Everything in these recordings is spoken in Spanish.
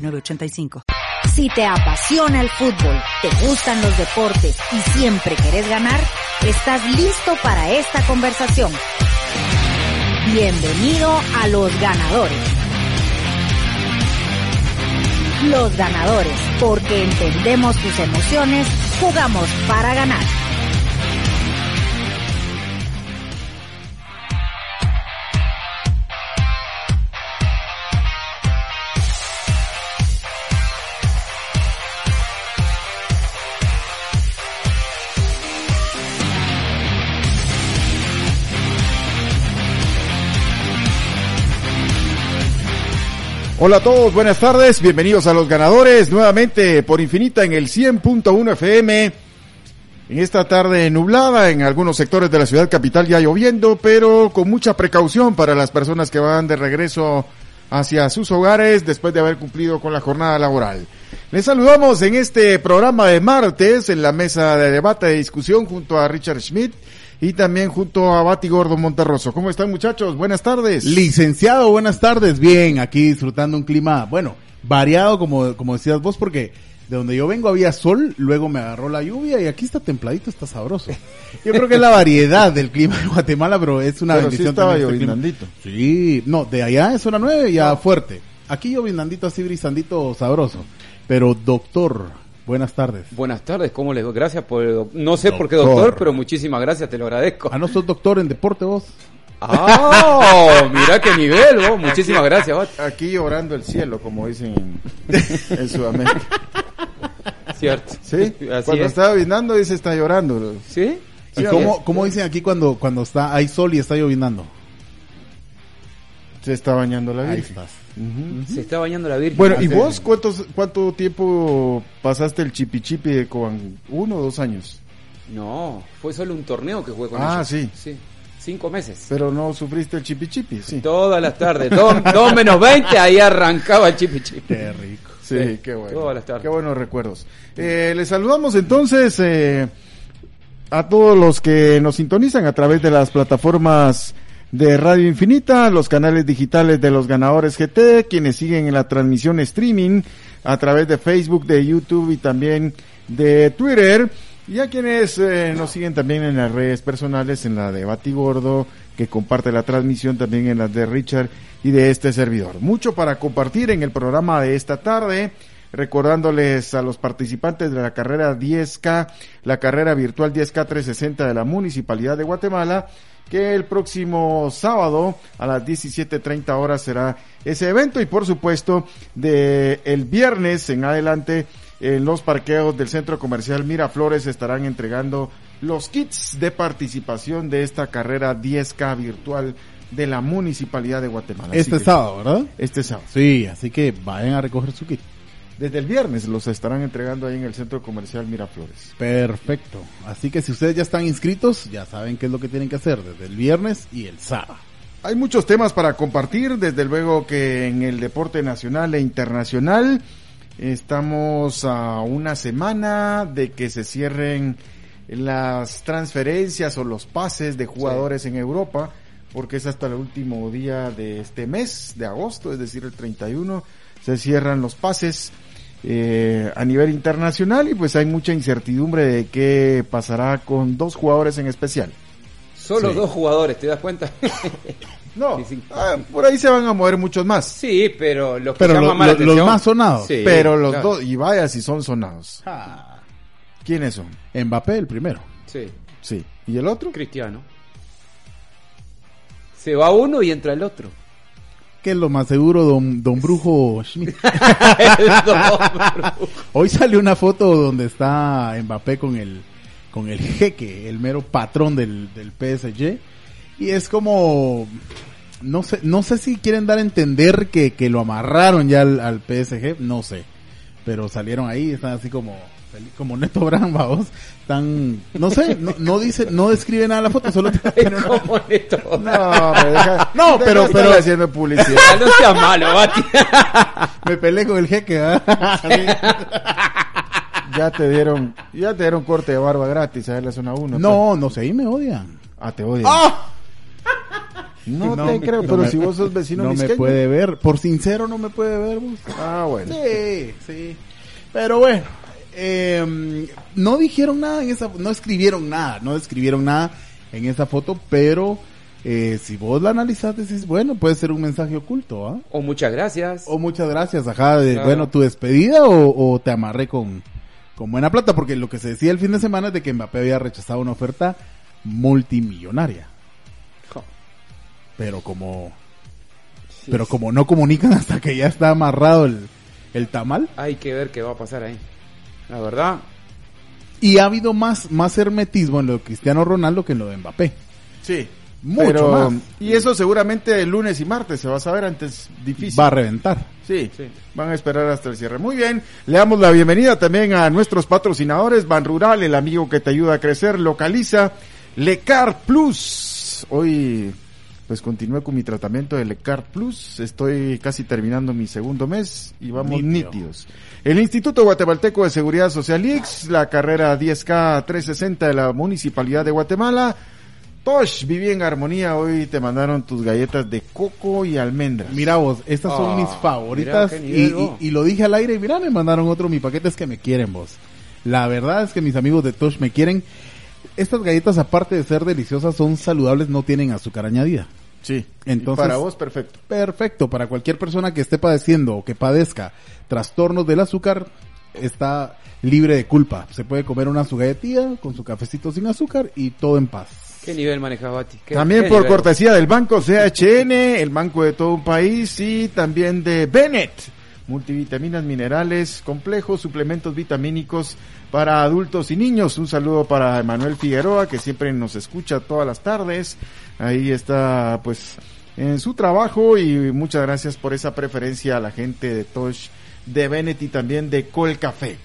985. Si te apasiona el fútbol, te gustan los deportes y siempre querés ganar, estás listo para esta conversación. Bienvenido a Los Ganadores. Los Ganadores, porque entendemos tus emociones, jugamos para ganar. Hola a todos, buenas tardes, bienvenidos a los ganadores nuevamente por Infinita en el 100.1 FM. En esta tarde nublada, en algunos sectores de la ciudad capital ya lloviendo, pero con mucha precaución para las personas que van de regreso hacia sus hogares después de haber cumplido con la jornada laboral. Les saludamos en este programa de martes en la mesa de debate de discusión junto a Richard Schmidt y también junto a Bati Gordo Monterroso. ¿Cómo están muchachos? Buenas tardes. Licenciado, buenas tardes. Bien, aquí disfrutando un clima, bueno, variado como, como decías vos, porque de donde yo vengo había sol, luego me agarró la lluvia y aquí está templadito, está sabroso. Yo creo que es la variedad del clima de Guatemala, pero es una Pero sí bendición. estaba tener este clima. llovinandito. Sí, no, de allá es zona 9, ya fuerte. Aquí llovinandito así, brisandito, sabroso. Pero doctor, buenas tardes. Buenas tardes, ¿cómo les doy? Gracias por el doc- No sé por qué, Doctor. Ah, doctor, pero muchísimas gracias, te lo agradezco. ¿A no sos doctor en deporte vos? ¡Ah! mira qué nivel, vos. Muchísimas gracias, vos. Aquí orando el cielo, como dicen en, en Sudamérica. Cierto. ¿Sí? Así Cuando es. está llovinando dice está llorando. ¿Sí? ¿Y Sí, cómo, cómo dicen aquí cuando, cuando está, hay sol y está llovinando? Se está bañando la Ahí Virgen. estás. Ujú. Se está bañando la Virgen. Bueno, ¿y Hace- vos cuántos, cuánto tiempo pasaste el chipi chipi de Cobán? ¿Uno o dos años? No, fue solo un torneo que jugué con Ah, ellos. sí. Sí. Cinco meses. Pero no sufriste el chipi chipi, sí. Todas las tardes. Dos, dos menos veinte, ahí arrancaba el chipi chipi. Qué rico. Sí, Sí, qué bueno. todas las tardes. Qué buenos recuerdos. Eh, les saludamos entonces eh, a todos los que nos sintonizan a través de las plataformas de Radio Infinita, los canales digitales de los ganadores GT, quienes siguen en la transmisión streaming a través de Facebook, de YouTube y también de Twitter. Y a quienes eh, nos siguen también en las redes personales, en la de Batigordo, que comparte la transmisión también en las de Richard y de este servidor. Mucho para compartir en el programa de esta tarde. Recordándoles a los participantes de la carrera 10K, la carrera virtual 10K 360 de la Municipalidad de Guatemala, que el próximo sábado a las 17.30 horas será ese evento y por supuesto de el viernes en adelante en los parqueos del centro comercial Miraflores estarán entregando los kits de participación de esta carrera 10K virtual de la Municipalidad de Guatemala. Así Este que- sábado, ¿verdad? Este sábado. Sí, así que vayan a recoger su kit. Desde el viernes los estarán entregando ahí en el centro comercial Miraflores. Perfecto. Así que si ustedes ya están inscritos, ya saben qué es lo que tienen que hacer desde el viernes y el sábado. Hay muchos temas para compartir, desde luego que en el deporte nacional e internacional estamos a una semana de que se cierren las transferencias o los pases de jugadores en Europa, porque es hasta el último día de este mes, de agosto, es decir, el 31, se cierran los pases eh, a nivel internacional y pues hay mucha incertidumbre de qué pasará con dos jugadores en especial. Solo Sí. dos jugadores, ¿te das cuenta? No, Sí, sí. ah, por ahí se van a mover muchos más. sí, pero los que Pero llaman lo- más la lo- los atención- más sonados. Sí, pero los claro. dos, y vaya si son sonados. Ah. ¿Quiénes son? Mbappé el primero. Sí. Sí. ¿Y el otro? Cristiano. Se va uno y entra el otro. Que es lo más seguro, don, don Brujo Schmidt. El otro. Hoy salió una foto donde está Mbappé con el, con el jeque, el mero patrón del, del PSG. Y es como, no sé, no sé si quieren dar a entender que, que lo amarraron ya al, al PSG, no sé. Pero salieron ahí, están así como fel- como Neto Brand, vamos, tan no sé, no, no dice, no describe nada la foto, solo tiene una- Qué bonito. No, me deja- No, deja pero- estar pero- haciendo publicidad. Ah, No sea malo, Bati. me peleé con el jeque, ¿verdad? ¿ah? Ya te dieron, ya te dieron corte de barba gratis a ver la zona 1. No, no sé, ahí me odian. Ah, te odio. ¡Ah! No, No, te no creo, pero me- si vos sos vecino No me misqueño. puede ver, por sincero no me puede ver, vos. Ah, bueno. Sí, sí. Pero bueno, eh, no dijeron nada en esa, no escribieron nada, no escribieron nada en esa foto, pero eh, si vos la analizás decís, bueno, puede ser un mensaje oculto, ¿ah? O muchas gracias. Oh, O muchas gracias, ajá, de, Claro. bueno, tu despedida o, o te amarré con, con buena plata, porque lo que se decía el fin de semana es de que Mbappé había rechazado una oferta multimillonaria. Jo. Pero como, pero como no comunican hasta que ya está amarrado el, el tamal, Hay que ver qué va a pasar ahí. La verdad. Y ha habido más, más hermetismo en lo de Cristiano Ronaldo que en lo de Mbappé. Sí. Mucho más. Y eso seguramente el lunes y martes se va a saber antes difícil. Va a reventar. Sí, Sí. van a esperar hasta el cierre. Muy bien, le damos la bienvenida también a nuestros patrocinadores, Ban Rural, el amigo que te ayuda a crecer, localiza Lecar Plus. Hoy pues continué con mi tratamiento de Lecar Plus, estoy casi terminando mi segundo mes y vamos Nítido. nítidos. El Instituto Guatemalteco de Seguridad Social IX, la carrera 10K 360 de la Municipalidad de Guatemala. Tosh, viví en armonía, hoy te mandaron tus galletas de coco y almendras. Mira vos, estas Ah, son mis favoritas. mira qué Y, nivel, vos. y- y lo dije al aire y mira, me mandaron otro. Mi paquete es que me quieren vos. La verdad es que mis amigos de Tosh me quieren. Estas galletas, aparte de ser deliciosas, son saludables, no tienen azúcar añadida. Sí, Entonces- entonces para vos perfecto. Perfecto, para cualquier persona que esté padeciendo o que padezca trastornos del azúcar, está libre de culpa. Se puede comer una su galletilla con su cafecito sin azúcar y todo en paz. ¿Qué nivel maneja Bati? ¿Qué- También qué por nivel? cortesía del banco CHN, el banco de todo un país y también de Bennett. Multivitaminas, minerales, complejos, suplementos vitamínicos para adultos y niños. Un saludo para Manuel Figueroa que siempre nos escucha todas las tardes. Ahí está pues en su trabajo y muchas gracias por esa preferencia a la gente de Tosh, de Bennett y también de Colcafé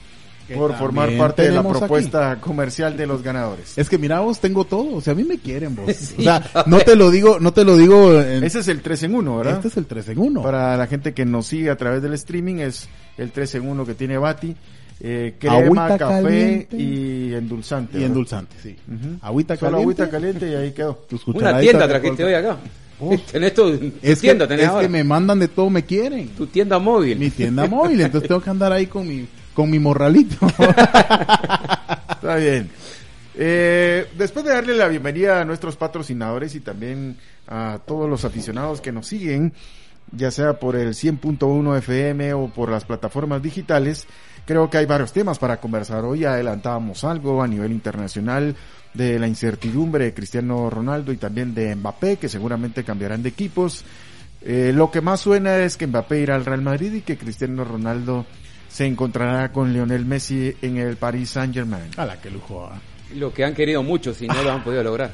Que por formar también parte de la tenemos aquí. propuesta comercial de los ganadores. Es que mira vos, tengo todo, o sea, a mí me quieren vos. o sea, no te lo digo, no te lo digo en- Ese es el 3 en 1, ¿verdad? este es el 3 en 1. Para la gente que nos sigue a través del streaming, es el 3 en 1 que tiene Bati. Eh, crema, Agüita café caliente. y endulzante. y ¿verdad? endulzante, sí. Ujú. Agüita Solo caliente. agüita caliente y ahí quedó. tus Una cucharaditas tienda de trajiste Colca- hoy acá. Vos. Tenés tu, tu Es que, tienda, tenés es ahora. que me mandan de todo, me quieren. Tu tienda móvil. Mi tienda móvil, entonces tengo que andar ahí con mi con mi morralito. Está bien. Eh, después de darle la bienvenida a nuestros patrocinadores y también a todos los aficionados que nos siguen, ya sea por el 100.1 FM o por las plataformas digitales, creo que hay varios temas para conversar. Hoy adelantábamos algo a nivel internacional de la incertidumbre de Cristiano Ronaldo y también de Mbappé, que seguramente cambiarán de equipos. Eh, lo que más suena es que Mbappé irá al Real Madrid y que Cristiano Ronaldo se encontrará con Lionel Messi en el Paris Saint Germain. Ala, qué lujo. ah. Lo que han querido muchos y no lo han podido lograr.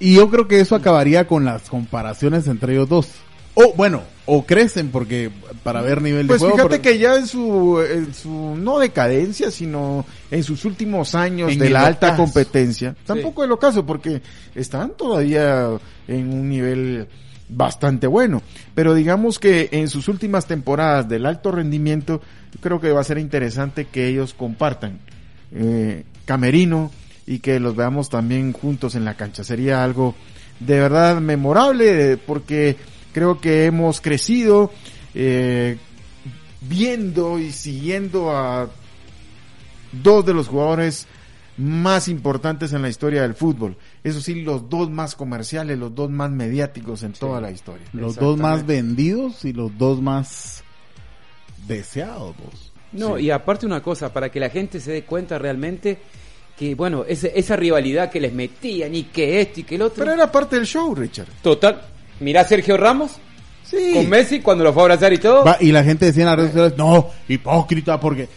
Y yo creo que eso acabaría con las comparaciones entre ellos dos. O bueno, o crecen porque para ver nivel Pues de juego. fíjate pero- que ya en su, en su, no decadencia, sino en sus últimos años En de el la alta ocaso. competencia, tampoco el ocaso, porque están todavía en un nivel bastante bueno. Pero digamos que en sus últimas temporadas del alto rendimiento, creo que va a ser interesante que ellos compartan eh, camerino y que los veamos también juntos en la cancha. Sería algo de verdad memorable eh, porque creo que hemos crecido eh, viendo y siguiendo a dos de los jugadores más importantes en la historia del fútbol. Eso sí, los dos más comerciales, los dos más mediáticos en toda la historia. Los dos más Exactamente. vendidos y los dos más deseados. Pues- vos. No, y aparte una cosa, para que la gente se dé cuenta realmente que, bueno, ese- esa rivalidad que les metían y que esto y que el otro. Pero era parte del show, Richard. Total. Mirá a Sergio Ramos Sí. con Messi cuando lo fue a abrazar y todo. Va, y la gente decía en las redes sociales, no, hipócrita, porque...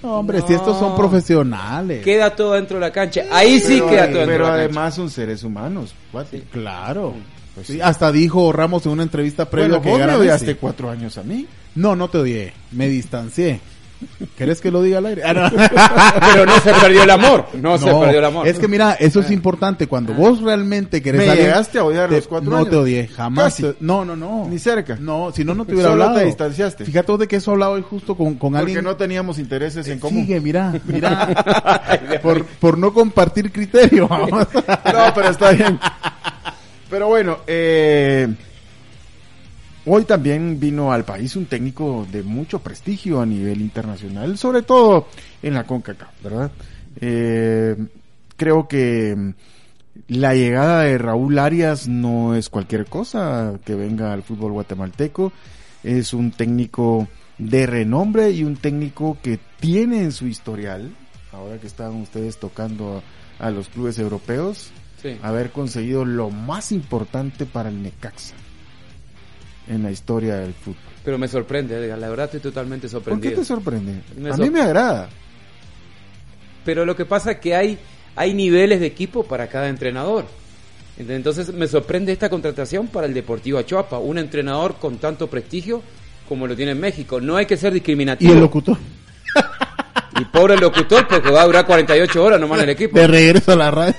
No, hombre, si estos son No. profesionales. Queda todo dentro de la cancha. Ahí sí pero, queda eh, todo dentro pero de la cancha. además son seres humanos. cuate. Claro. Pues Sí, sí. hasta dijo Ramos en una entrevista previa Bueno, que vos me llegara odiaste Messi. cuatro años a mí. No, no te odié, me distancié. ¿Querés que lo diga al aire? Ah, no. Pero no se perdió el amor. No, se No, perdió el amor. Ah. Es que mira, eso es importante. Cuando vos realmente querés Me a alguien, llegaste a odiar te- los cuatro no años. te odié, jamás. Casi. te- no, no, no. Ni cerca. No, si no, no te hubiera Solo te hablado. distanciaste. Fíjate vos de que eso hablaba hoy justo con, con Porque alguien. no teníamos intereses en común. Sigue, mira, mira. por, por no compartir criterio, vamos. No, pero está bien. Pero bueno, eh, hoy también vino al país un técnico de mucho prestigio a nivel internacional, sobre todo en la CONCACAF, ¿verdad? Eh, creo que mm, la llegada de Raúl Arias no es cualquier cosa que venga al fútbol guatemalteco. Es un técnico de renombre y un técnico que tiene en su historial, ahora que están ustedes tocando a- a los clubes europeos, Sí. haber conseguido lo más importante para el Necaxa en la historia del fútbol. Pero me sorprende, Edgar, la verdad estoy totalmente ¿Por qué sorprendido. te sorprende? Me a sor- mí me agrada. Pero lo que pasa es que hay, hay niveles de equipo para cada entrenador. Ent- Entonces me sorprende esta contratación para el Deportivo Achuapa, un entrenador con tanto prestigio como lo tiene en México. No hay que ser Y discriminativo. el locutor, Y pobre el locutor porque va a durar 48 horas nomás en el equipo. de regreso a la radio.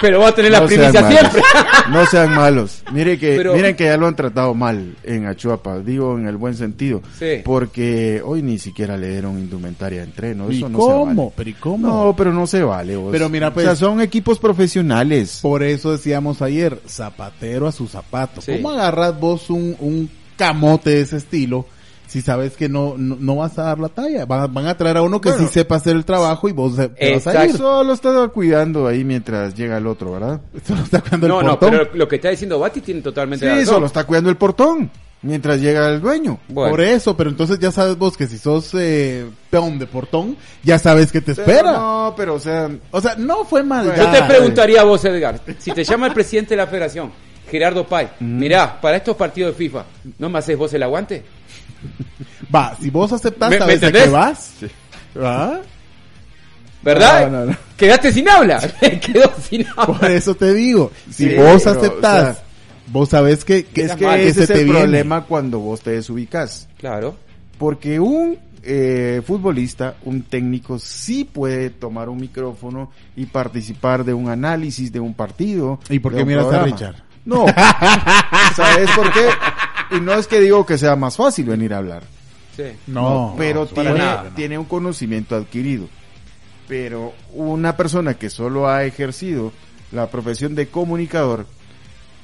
Pero va a tener la No sean primicia malos. siempre. No sean malos. Mire que, Pero- miren que ya lo han tratado mal en Achuapa, digo en el buen sentido. Sí. Porque hoy ni siquiera le dieron indumentaria de entreno. ¿Y Eso no se cómo? vale. ¿Pero y cómo? No, pero no se vale. vos. Pero mira, pues- O sea, son equipos profesionales. Por eso decíamos ayer, zapatero a su zapato. Sí. ¿Cómo agarras vos un, un camote de ese estilo si sabes que no, no, no vas a dar la talla? Van, a- van a traer a uno que Bueno. sí sepa hacer el trabajo y vos te vas a ir. Exacto. Solo estaba cuidando ahí mientras llega el otro, ¿verdad? Solo está cuidando el No, no, portón. pero lo que está diciendo Bati tiene totalmente Sí, razón. solo está cuidando el portón mientras llega el dueño. Bueno, Por eso, pero entonces ya sabes vos que si sos eh, peón de portón, ya sabes que te Pero espera. No, pero o sea, O sea, no fue mal. yo te preguntaría a vos, Edgar, si te llama el presidente de la federación, Gerardo Pay, mirá, para estos partidos de FIFA, ¿no me haces vos el aguante? Va, si vos aceptás, ¿Me- me sabes a entendés? qué vas. ¿Va? Ah, ¿Verdad? No, no, no. Quedaste sin habla. Quedó sin habla. Por eso te digo, si Sí, vos pero, aceptás, o sea, vos sabés que, que, es que que ese es se te el viene. problema cuando vos te desubicas. Claro. Porque un eh, futbolista, un técnico, sí puede tomar un micrófono y participar de un análisis de un partido. ¿Y por de qué un miras a programa. Richard? No. ¿Sabes por qué? Y no es que digo que sea más fácil venir a hablar. Sí. No, pero no, tiene, nada, no. tiene un conocimiento adquirido. Pero una persona que solo ha ejercido la profesión de comunicador,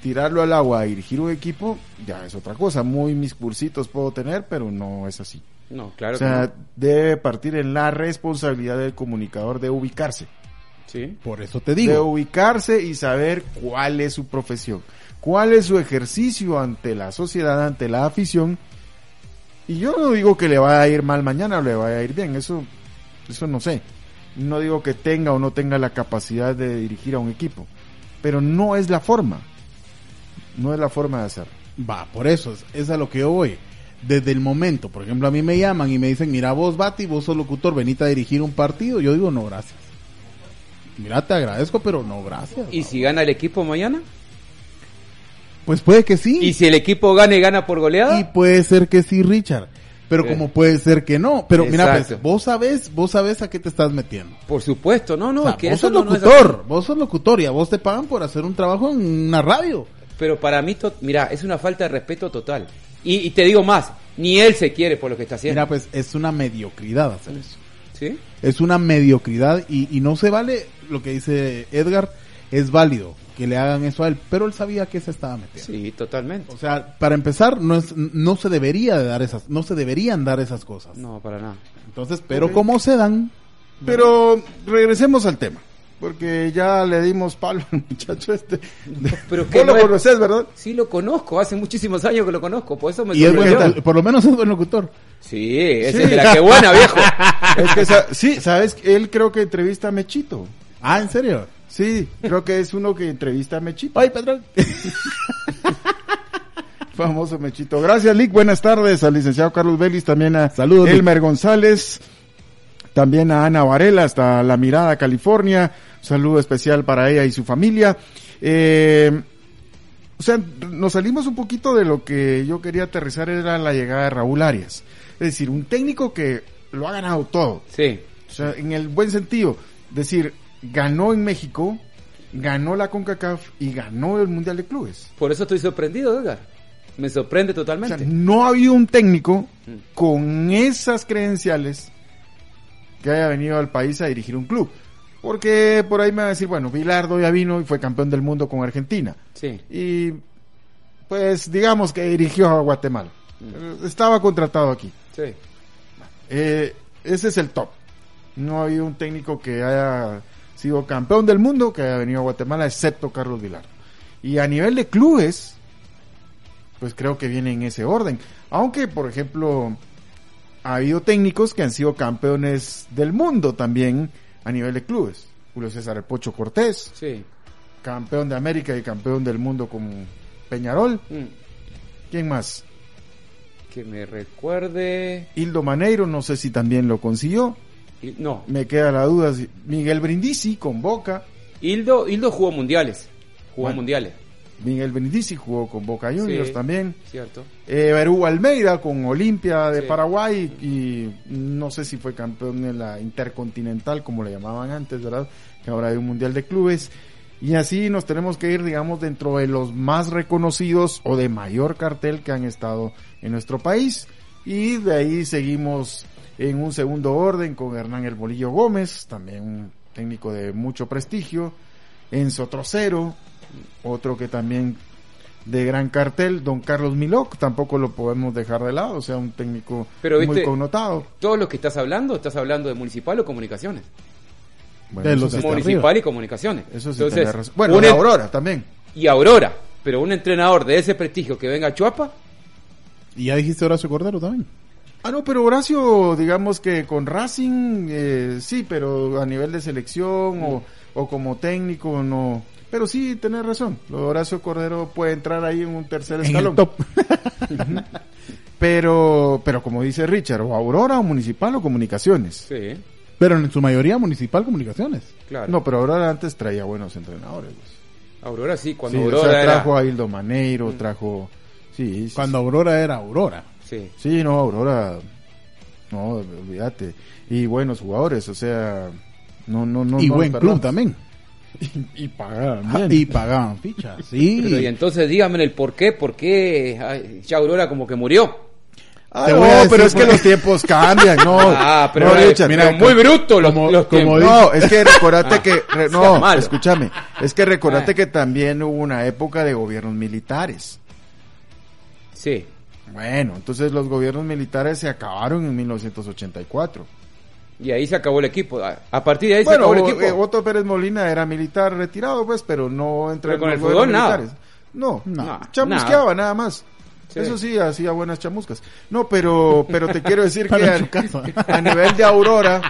tirarlo al agua a dirigir un equipo, ya es otra cosa. Muy mis cursitos puedo tener, pero no es así. No, claro o sea, que no. debe partir en la responsabilidad del comunicador de ubicarse. Sí. por eso te De digo. ubicarse y saber cuál es su profesión, cuál es su ejercicio ante la sociedad, ante la afición. Y yo no digo que le vaya a ir mal mañana o le vaya a ir bien, eso, eso no sé. No digo que tenga o no tenga la capacidad de dirigir a un equipo, pero no es la forma. No es la forma de hacerlo. Va, por eso, es, es a lo que yo voy. Desde el momento, por ejemplo, a mí me llaman y me dicen, mira vos, Bati, vos sos locutor, venite a dirigir un partido. Yo digo, no, gracias. Mira, te agradezco, pero no, gracias. ¿Y si gana el equipo mañana? Pues puede que sí. ¿Y si el equipo gana y gana por goleada? Y puede ser que sí, Richard. Pero Sí. como puede ser que no. Pero mira, Eh. pues, Exacto. vos sabés, vos sabés a qué te estás metiendo. Por supuesto, no, no, O sea, es que vos eso sos no, no es locutor, vos sos locutor y a vos te pagan por hacer un trabajo en una radio. así. Pero para mí, to- mira, es una falta de respeto total. Y, y te digo más, ni él se quiere por lo que está haciendo. Mira, pues es una mediocridad hacer eso. ¿Sí? Es una mediocridad y, y no se vale lo que dice Edgar. Es válido que le hagan eso a él, pero él sabía que se estaba metiendo. Sí, totalmente. O sea, para empezar, no es, no se debería de dar esas, no se deberían dar esas cosas. No, para nada. Entonces, pero como se dan, Pero regresemos al tema, porque ya le dimos palo al muchacho este. Pero Vos que lo no es- conoces, ¿verdad? Sí, lo conozco, hace muchísimos años que lo conozco, por eso me y es buen- sorprendió. por lo menos es buen locutor. Pues, Sí, ese Sí. es de la que buena, viejo. Es que, sa- sí, sabes, él creo que entrevista a Mechito. Ah, ¿en serio? Sí, creo que es uno que entrevista a Mechito. Ay, Pedrón. Famoso Mechito. Gracias, Lick. Buenas tardes al licenciado Carlos Vélez, también a Saludos, Lic. Elmer González, también a Ana Varela hasta La Mirada, California. Un saludo especial para ella y su familia. Eh, o sea, nos salimos un poquito de lo que yo quería aterrizar era la llegada de Raúl Arias. Es decir, un técnico que lo ha ganado todo. Sí, O sea, en el buen sentido. Es decir, ganó en México, ganó la CONCACAF y ganó el Mundial de Clubes. por eso estoy sorprendido, Edgar. Me sorprende O sea, totalmente. Mm. no ha habido un técnico con esas credenciales que haya venido al país a dirigir un club. Porque por ahí me va a decir, bueno, Bilardo ya vino y fue campeón del mundo con Argentina. Sí, Y pues digamos que dirigió a Guatemala. Estaba contratado aquí. sí. Eh, ese es el top. No ha habido un técnico que haya sido campeón del mundo que haya venido a Guatemala, excepto Carlos Vilar. Y a nivel de clubes, pues creo que viene en ese orden. Aunque, por ejemplo, ha habido técnicos que han sido campeones del mundo también a nivel de clubes. Julio César El Pocho Cortés, Sí. campeón de América y campeón del mundo con Peñarol. Mm. ¿Quién más? Que me recuerde. Hildo Maneiro, no sé si también lo consiguió. y- No, Me queda la duda. si- Miguel Brindisi con Boca. Hildo, Hildo jugó mundiales. Jugó Bueno. mundiales, Miguel Brindisi jugó con Boca Juniors Sí. también. ¿cierto? Eh, Berú Almeida con Olimpia de Sí. Paraguay y no sé si fue campeón en la Intercontinental, como le llamaban antes, ¿verdad? Que ahora hay un Mundial de Clubes. Y así nos tenemos que ir, digamos, dentro de los más reconocidos o de mayor cartel que han estado en nuestro país. Y de ahí seguimos en un segundo orden con Hernán El Bolillo Gómez, también un técnico de mucho prestigio. Enzo Trocero, otro que también de gran cartel, don Carlos Miloc, tampoco lo podemos dejar de lado, o sea, un técnico Pero, muy ¿viste? connotado. Todo lo que estás hablando, estás hablando de municipal o comunicaciones. Bueno, De eso los sí- Hasta municipal arriba. y comunicaciones. eso sí Entonces, tenés razón. Bueno, un de en- Aurora también. y Aurora. Pero un entrenador de ese prestigio que venga a Chuapa, Y ya dijiste Horacio Cordero también. Ah, no, pero Horacio, digamos que con Racing, eh, sí, pero a nivel de selección o, o como técnico, no. Pero sí, tenés razón. Lo de Horacio Cordero puede entrar ahí en un tercer En escalón. el top. Pero, pero como dice Richard, o Aurora, o Municipal, o Comunicaciones. sí, Pero en su mayoría municipal comunicaciones. claro. No, pero Aurora antes traía buenos entrenadores. pues. Aurora sí, cuando Sí, o Aurora sea, era- Mm. trajo a Hildo Maneiro, trajo... Sí, sí, Cuando Aurora era Aurora. Sí, Sí, no, Aurora. No, olvídate. Y buenos jugadores, o sea. No, no, no. y no buen nos club también. perdamos. Y pagaban Ah, bien. Y pagaban fichas. Sí. Pero, y entonces díganme el por qué, por qué ay, ya Aurora como que murió. Ah, Te no, voy a decir pero es que por- los tiempos cambian, no. Ah, pero, no, eh, Richard, pero mira, muy bruto los, como los tiempos. Ah. no, es que recordate que re- sea no, malo. escúchame, es que recordate Ah. que también hubo una época de gobiernos militares. Sí, Bueno, entonces los gobiernos militares se acabaron en 1984. y ahí se acabó el equipo. A a partir de ahí Bueno, se acabó el eh, equipo. Otto Pérez Molina era militar retirado, pues, pero no entra Pero con los el juegos fútbol, nada. No, No, chamusqueaba nada, más. Sí. Eso sí, hacía buenas chamuscas. No, pero, pero te quiero decir que Para en a, su casa. a nivel de Aurora,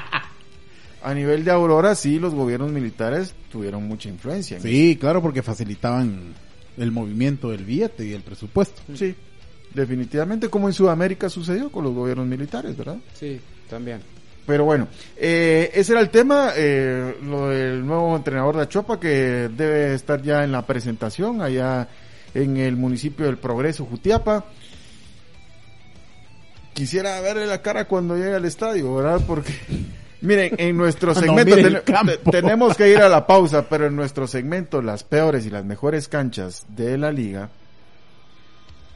a nivel de Aurora, sí, los gobiernos militares tuvieron mucha influencia. en Sí, claro, porque facilitaban el movimiento del billete y el presupuesto. eso. Sí, definitivamente, como en Sudamérica sucedió con los gobiernos militares, ¿verdad? Sí, también. Pero bueno, eh, ese era el tema, eh, lo del nuevo entrenador de Achuapa que debe estar ya en la presentación allá en el municipio del Progreso, Jutiapa. Quisiera verle la cara cuando llegue al estadio, ¿verdad? Porque, miren, en nuestro No, segmento mire el ten- campo. te- tenemos que ir a la pausa, pero en nuestro segmento, las peores y las mejores canchas de la liga,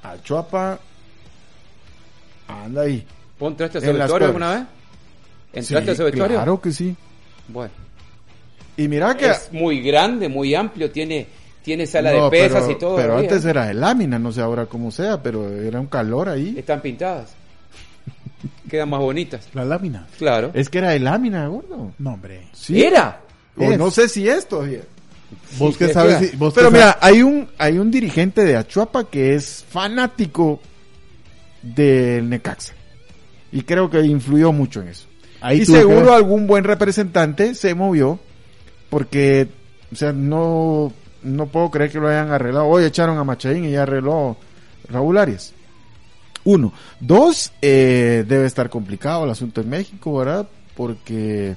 Achuapa anda ahí. ¿Vos entraste a En su las vestuario este alguna vez? cuerdas. ¿Entraste a Sí, su vestuario? Claro que sí. Bueno, Y mira que... es muy grande, muy amplio, tiene, tiene sala No, de pesas pero, y todo. Pero ahí, antes ¿eh? era de lámina, no sé ahora cómo sea, pero era un calor ahí. Están pintadas. Quedan más bonitas. La lámina. Claro. Es que era de lámina, gordo. No, hombre. Sí. Era. O Es. no sé si es todavía. Vos sí, que sí. sabes. si- vos Pero que mira, hay un, hay un dirigente de Achuapa que es fanático del Necaxa. Y creo que influyó mucho en eso. sabes- ahí y tuvo que seguro ver. algún buen representante se movió porque, o sea, no, no puedo creer que lo hayan arreglado. Hoy echaron a Machaín y ya arregló Raúl Arias. Uno. Dos, eh, debe estar complicado el asunto en México, ¿verdad? Porque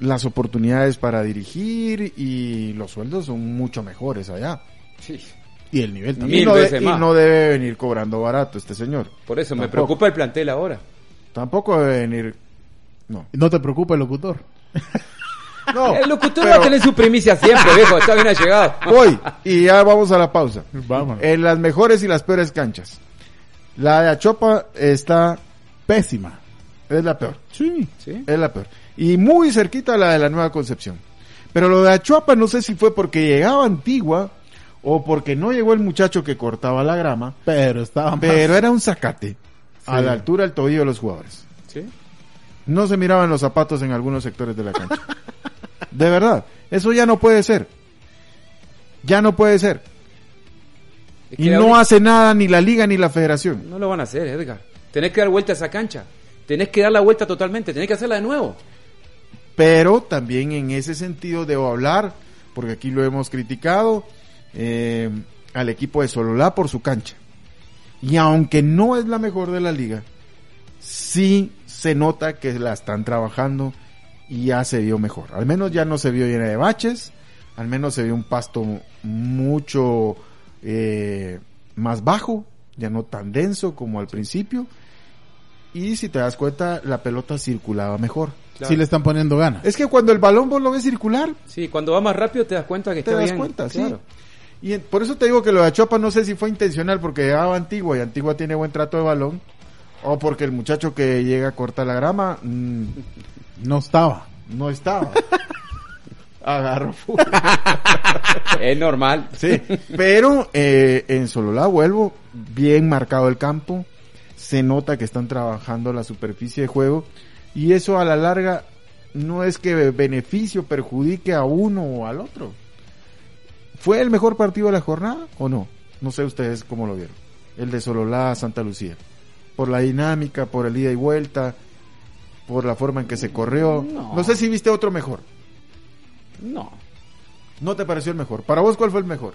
las oportunidades para dirigir y los sueldos son mucho mejores allá. Sí. Y el nivel también. Mil y, no de- veces y más. no debe venir cobrando barato este señor. Por eso me Tampoco. preocupa el plantel ahora. Tampoco debe venir. No. No te preocupa el locutor. No, el locutor va pero a tener su primicia siempre, viejo. Está bien llegado. Voy y ya vamos a la pausa. Vamos. En las mejores y las peores canchas. La de Achopa está, Pésima. es la peor. Sí. Sí. Es la peor. Y muy cerquita a la de la Nueva Concepción. Pero lo de Achuapa no sé si fue porque llegaba Antigua o porque no llegó el muchacho que cortaba la grama, Pero estaba más- pero era un zacate a la altura del tobillo de los jugadores. Sí. No se miraban los zapatos en algunos sectores de la cancha. De verdad, eso ya no puede ser. Ya no puede ser. Es que Y no ahora- hace nada ni la liga ni la federación. No lo van a hacer, Edgar. Tenés que dar vuelta a esa cancha. Tenés que dar la vuelta totalmente. Tenés que hacerla de nuevo. Pero también en ese sentido debo hablar, porque aquí lo hemos criticado, eh, al equipo de Sololá por su cancha. Y aunque no es la mejor de la liga, sí se nota que la están trabajando y ya se vio mejor. Al menos ya no se vio llena de baches, al menos se vio un pasto mucho eh, más bajo, ya no tan denso como al principio. Y si te das cuenta, la pelota circulaba mejor. Claro. Sí le están poniendo ganas. Es que cuando el balón vos lo ves circular, Sí, cuando va más rápido te das cuenta que te está das bien. cuenta, sí. Claro. Y en- por eso te digo que lo de Achopa no sé si fue intencional porque llegaba Antigua y Antigua tiene buen trato de balón o porque el muchacho que llega corta la grama mm, No estaba. no estaba. Agarró. fu- Es normal. Sí, pero eh, en Sololá vuelvo bien marcado el campo, se nota que están trabajando la superficie de juego y eso a la larga no es que beneficio perjudique a uno o al otro. ¿Fue el mejor partido de la jornada o no? No sé ustedes cómo lo vieron. El de Sololá a Santa Lucía. Por la dinámica, por el ida y vuelta, por la forma en que se corrió. No. no sé si viste otro mejor. No. ¿No te pareció el mejor? Para vos, ¿cuál fue el mejor?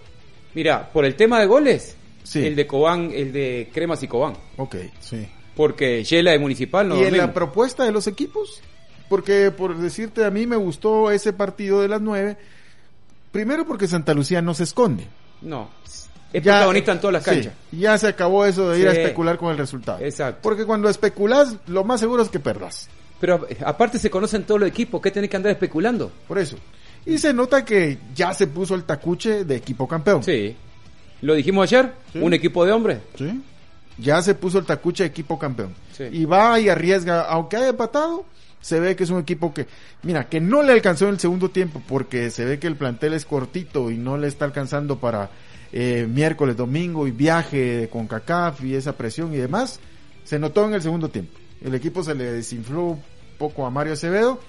Mira, por el tema de goles, Sí. el de Cobán, el de Cremas y Cobán. Ok. Sí. Porque Shela de Municipal no y en dormimos. la propuesta de los equipos, porque por decirte a mí me gustó ese partido de las nueve, primero porque Santa Lucía no se esconde. No. Es Ya- protagonista en todas las sí, canchas. ya se acabó eso de ir a Sí. especular con el resultado. Exacto. Porque cuando especulas, lo más seguro es que perdas. Pero eh, aparte se conocen todos los equipos, ¿qué tenés que andar especulando? Por eso. Y se nota que ya se puso el tacuche de equipo campeón. Sí. Lo dijimos ayer, un equipo de hombres. Sí. Ya se puso el tacuche de equipo campeón. Sí. Y va y arriesga, aunque haya empatado, se ve que es un equipo que, mira, que no le alcanzó en el segundo tiempo porque se ve que el plantel es cortito y no le está alcanzando para eh, miércoles, domingo y viaje con CACAF y esa presión y demás. Se notó en el segundo tiempo. El equipo se le desinfló un poco a Mario Acevedo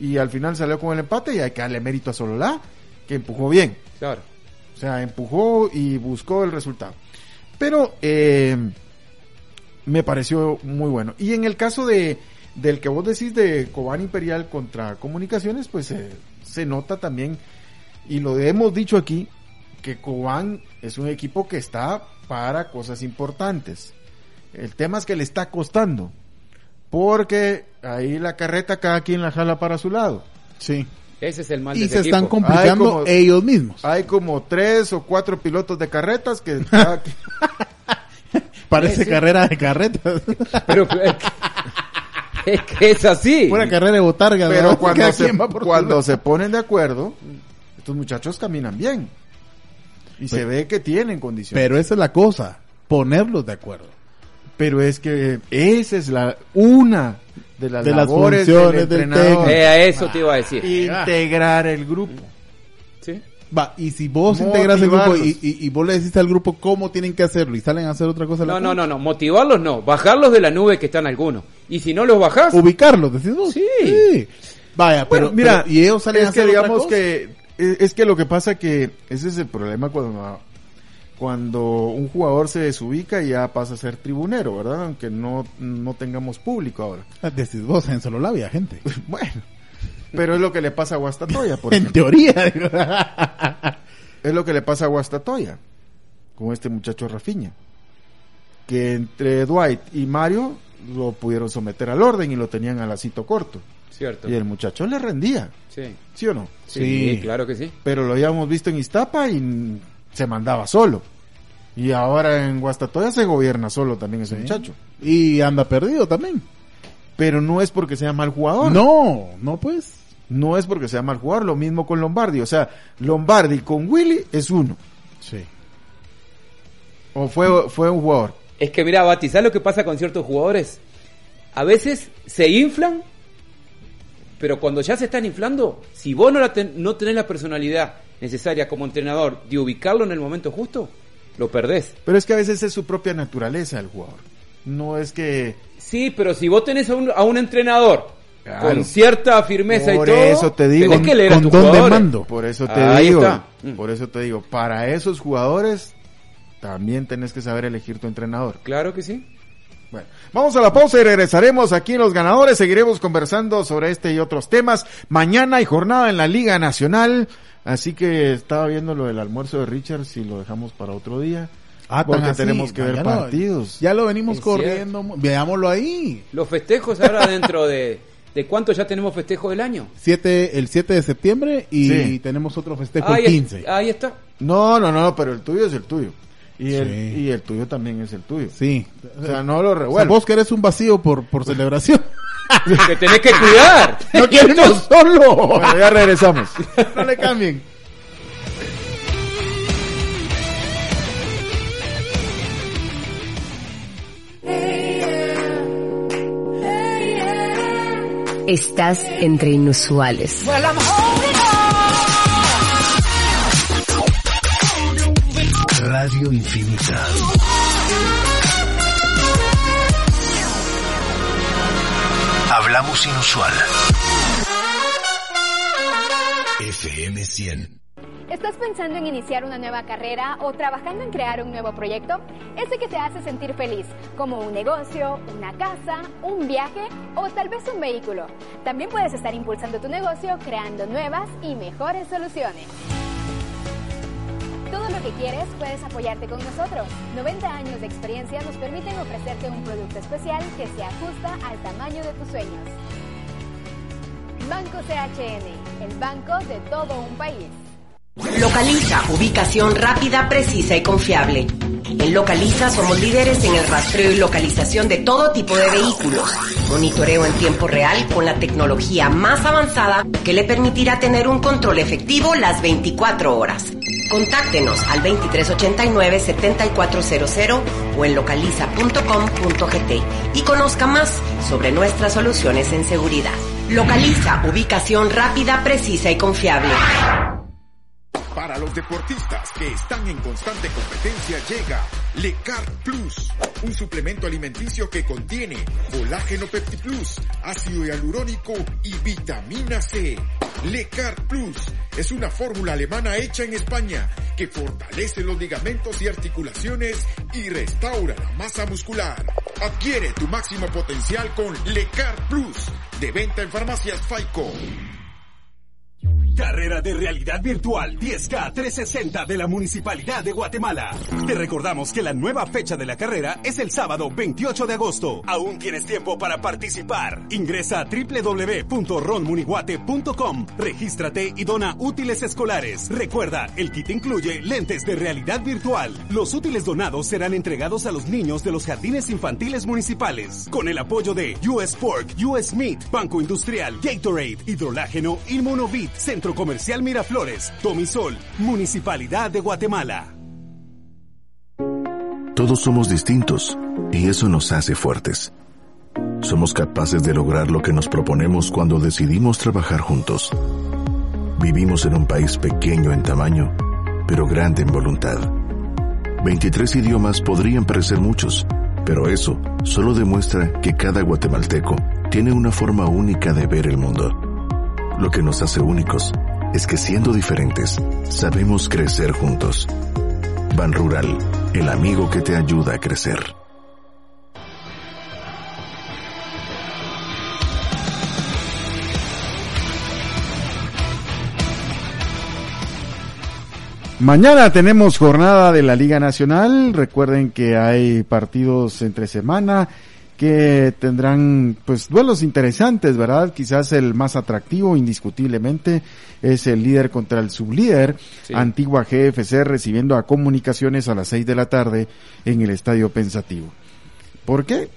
y al final salió con el empate y hay que darle mérito a Sololá, que empujó bien. Claro. O sea, empujó y buscó el resultado. Pero eh, me pareció muy bueno. Y en el caso de del que vos decís de Cobán Imperial contra Comunicaciones, pues eh, se nota también, y lo hemos dicho aquí, que Cobán es un equipo que está para cosas importantes. El tema es que le está costando, porque ahí la carreta cada quien la jala para su lado. Sí. Ese es el mal de Y ese se están equipo. complicando Ay, como- ellos mismos. Hay como tres o cuatro pilotos de carretas que cada quien- Parece sí. carrera de carretas. Pero es que, es que es así. Fuera carrera de botarga. Pero ¿verdad? cuando, Cada se, quien va por su cuando lado. se ponen de acuerdo, estos muchachos caminan bien. Y se ve que tienen condiciones. Pues, Pero esa es la cosa. Ponerlos de acuerdo. Pero es que esa es la una de las, De las labores funciones del del entrenador. Ah. Eh, a eso te iba a decir. Integrar el grupo. Sí. Va, y si vos integras el grupo Motivarlos. y, y, y vos le decís al grupo cómo tienen que hacerlo y salen a hacer otra cosa. a la No, no, cancha. no, no. Motivarlos no. Bajarlos de la nube que están algunos. Y si no los bajás, Ubicarlos, decís vos. Sí. Vaya, pero, Bueno, mira, pero- y ellos salen a es que hacer digamos otra cosa. que e, es es que lo que pasa que ese es el problema cuando cuando un jugador se desubica y ya pasa a ser tribunero, ¿verdad? Aunque no no tengamos público ahora. Ah, Decís vos, en solo labia, gente. Bueno, pero es lo que le pasa a Guastatoya, por en ejemplo. teoría. digo. Es lo que le pasa a Guastatoya, con este muchacho Rafiña. Que entre Dwight y Mario lo pudieron someter al orden y lo tenían al lacito corto. Cierto. Y el muchacho le rendía, Sí. ¿sí o no? Sí, Sí. claro que sí. Pero lo habíamos visto en Iztapa y se mandaba solo. Y ahora en Guastatoya se gobierna solo también ese muchacho. Y anda perdido también. Pero no es porque sea mal jugador. No, no pues. No es porque sea mal jugador. Lo mismo con Lombardi. O sea, Lombardi con Willy es uno. Sí. O fue, fue un jugador. Es que mira, Bati, ¿sabes lo que pasa con ciertos jugadores? A veces se inflan, pero cuando ya se están inflando, si vos no, la ten- no tenés la personalidad necesaria como entrenador de ubicarlo en el momento justo, lo perdés. Pero es que a veces es su propia naturaleza el jugador. No es que... Sí, pero si vos tenés a un, a un entrenador Claro. con cierta firmeza Por y todo, eso te digo, tenés que leer a con tus don de jugadores. mando. Por eso te Ahí digo. está. Por eso te digo. Para esos jugadores también tenés que saber elegir tu entrenador. Claro que sí. Bueno, vamos a la pausa y regresaremos aquí en Los Ganadores. Seguiremos conversando sobre este y otros temas. Mañana hay jornada en la Liga Nacional. Así que estaba viendo lo del almuerzo de Richard, si lo dejamos para otro día. Ah, tan porque así. tenemos que Ah, ver ya lo- partidos. ya lo venimos Es corriendo. Veámoslo ahí. Los festejos ahora dentro de... ¿De cuánto ya tenemos festejos del año? Siete, el 7 de septiembre y Sí. tenemos otro festejo Ahí, el 15. es- ahí está. No, no, no, pero el tuyo es el tuyo. Y, el, Sí. y el tuyo también es el tuyo. Sí. O sea, no lo O sea, revuelvo. vos querés un vacío por, por celebración. Que tenés que cuidar. ¡No queremos solo! Bueno, ya regresamos. no le cambien. Estás entre inusuales. Radio Infinita. Hablamos inusual. FM 100. ¿Estás pensando en iniciar una nueva carrera o trabajando en crear un nuevo proyecto? Ese que te hace sentir feliz, como un negocio, una casa, un viaje o tal vez un vehículo. También puedes estar impulsando tu negocio creando nuevas y mejores soluciones. Todo lo que quieres puedes apoyarte con nosotros. 90 años de experiencia nos permiten ofrecerte un producto especial que se ajusta al tamaño de tus sueños. Banco CHN, el banco de todo un país. Localiza, ubicación rápida, precisa y confiable. En Localiza somos líderes en el rastreo y localización de todo tipo de vehículos. Monitoreo en tiempo real con la tecnología más avanzada que le permitirá tener un control efectivo las 24 horas. Contáctenos al 2389-7400 o en localiza.com.gt y conozca más sobre nuestras soluciones en seguridad. Localiza, ubicación rápida, precisa y confiable. Para los deportistas que están en constante competencia llega Lecar Plus, un suplemento alimenticio que contiene colágeno Pepti Plus, ácido hialurónico y vitamina C. Lecar Plus es una fórmula alemana hecha en España que fortalece los ligamentos y articulaciones y restaura la masa muscular. Adquiere tu máximo potencial con Lecar Plus, de venta en farmacias Faico. Carrera de realidad virtual 10K 360 de la Municipalidad de Guatemala. Te recordamos que la nueva fecha de la carrera es el sábado 28 de agosto. Aún tienes tiempo para participar. Ingresa a www.ronmuniguate.com, regístrate y dona útiles escolares. Recuerda, el kit incluye lentes de realidad virtual. Los útiles donados serán entregados a los niños de los jardines infantiles municipales con el apoyo de US Pork, US Meat, Banco Industrial, Gatorade, Hidrolágeno, Inmunovit, Centro Comercial Miraflores, Tomisol, Municipalidad de Guatemala. Todos somos distintos y eso nos hace fuertes. Somos capaces de lograr lo que nos proponemos cuando decidimos trabajar juntos. Vivimos en un país pequeño en tamaño, pero grande en voluntad. 23 idiomas podrían parecer muchos, pero eso solo demuestra que cada guatemalteco tiene una forma única de ver el mundo. Lo que nos hace únicos es que siendo diferentes, sabemos crecer juntos. Ban Rural, el amigo que te ayuda a crecer. Mañana tenemos jornada de la Liga Nacional. Recuerden que hay partidos entre semana que tendrán pues duelos interesantes, ¿verdad? Quizás el más atractivo indiscutiblemente es el líder contra el sublíder, Sí. antigua GFC recibiendo a comunicaciones a las 6 de la tarde en el Estadio Pensativo. ¿Por qué?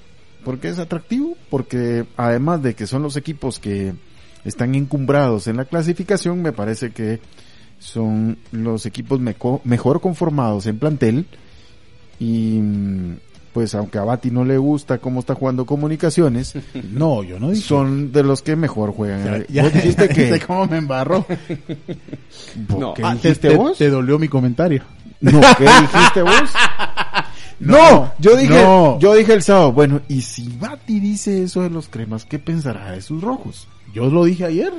Porque es atractivo, porque además de que son los equipos que están encumbrados en la clasificación, me parece que son los equipos meco- mejor conformados en plantel y mm, pues aunque a Bati no le gusta cómo está jugando comunicaciones, No, yo no dije. son de los que mejor juegan. Ya, ya- Vos dijiste ya que... viste cómo me embarró. ¿Vos No. ¿Qué Ah, te, dijiste te- vos? te dolió mi comentario. No, ¿qué dijiste vos? No, yo dije, no. yo dije el sábado, bueno, y si Bati dice eso de los cremas, ¿qué pensará de sus rojos? Yo lo dije ayer.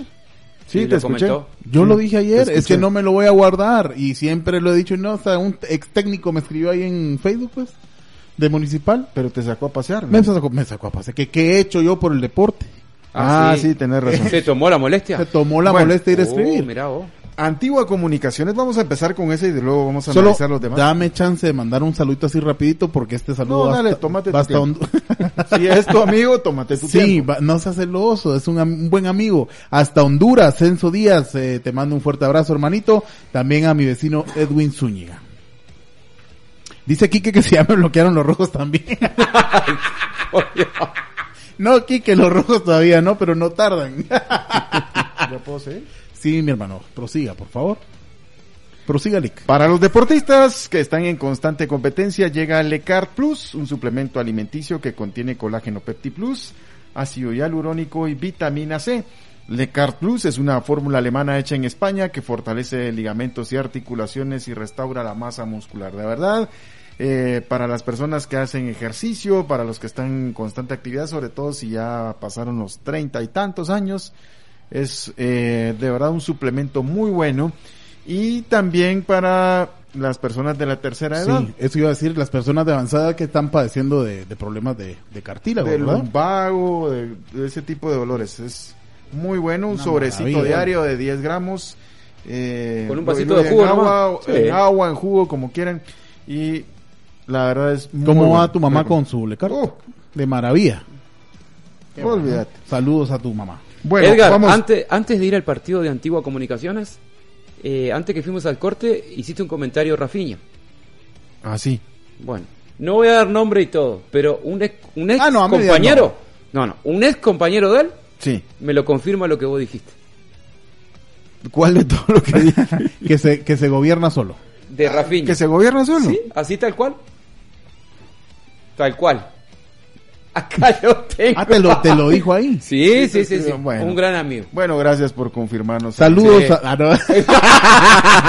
Sí, Y te lo escuché. comentó. Yo Sí, lo dije te ayer, escuché. es que no me lo voy a guardar y siempre lo he dicho, no, hasta un ex técnico me escribió ahí en Facebook, pues, de municipal. Pero te sacó a pasear. ¿no? Me sacó, me sacó a pase, que qué he hecho yo por el deporte. Ah, sí, tenés razón. Se tomó la molestia. Se tomó la Bueno, molestia de ir a Oh, escribir. mira vos. Antigua Comunicaciones, vamos a empezar con ese y de luego vamos a Solo analizar los demás. dame chance de mandar un saludito así rapidito porque este saludo No, va dale, hasta- tómate tu va hasta tiempo. Hond- Si es tu amigo, tómate tu Sí, tiempo. va- no seas celoso, es un, am- un buen amigo. Hasta Honduras, Censo Díaz, eh, te mando un fuerte abrazo, hermanito. También a mi vecino Edwin Zúñiga. Dice Quique que si ya me bloquearon los rojos también. Oye, no, Quique, los rojos todavía no, pero no tardan. ¿Ya puedo seguir? sí, mi hermano, prosiga, por favor. Prosiga, Lick. Para los deportistas que están en constante competencia llega Lecar Plus, un suplemento alimenticio que contiene colágeno Pepti Plus, ácido hialurónico y vitamina C. Lecar Plus es una fórmula alemana hecha en España que fortalece ligamentos y articulaciones y restaura la masa muscular. De verdad, eh, para las personas que hacen ejercicio, para los que están en constante actividad, sobre todo si ya pasaron los treinta y tantos años, es eh, de verdad un suplemento muy bueno y también para las personas de la tercera edad. Sí, eso iba a decir las personas de avanzada que están padeciendo de, de problemas de, de cartílago, de ¿verdad? lumbago, de, de ese tipo de dolores. Es muy bueno, un Una sobrecito maravilla. diario de 10 gramos. eh, Con un lo vasito diluyen de jugo En nomás. agua, Sí. en agua, en jugo, como quieran. Y la verdad es muy ¿Cómo va bueno. tu mamá Recom- con su lecar? Oh. De maravilla. Olvídate. Saludos a tu mamá. Bueno, Edgar, vamos. Antes, antes de ir al partido de Antigua Comunicaciones, eh, antes que fuimos al corte, hiciste un comentario, Rafiña. Ah, sí. Bueno, no voy a dar nombre y todo, pero un ex, un ex Ah, no, a medias compañero, no, no, un ex compañero de él Sí. me lo confirma lo que vos dijiste. ¿Cuál de todo lo que dije? que se que se gobierna solo. De Rafiña. Ah, ¿Que se gobierna solo? ¿Sí? ¿Así tal cual? Tal cual. Acá lo tengo. Ah, te lo, te lo dijo ahí. Sí, sí, sí, sí. Bueno. Un gran amigo. Bueno, gracias por confirmarnos. Saludos Sí. a, ah, no.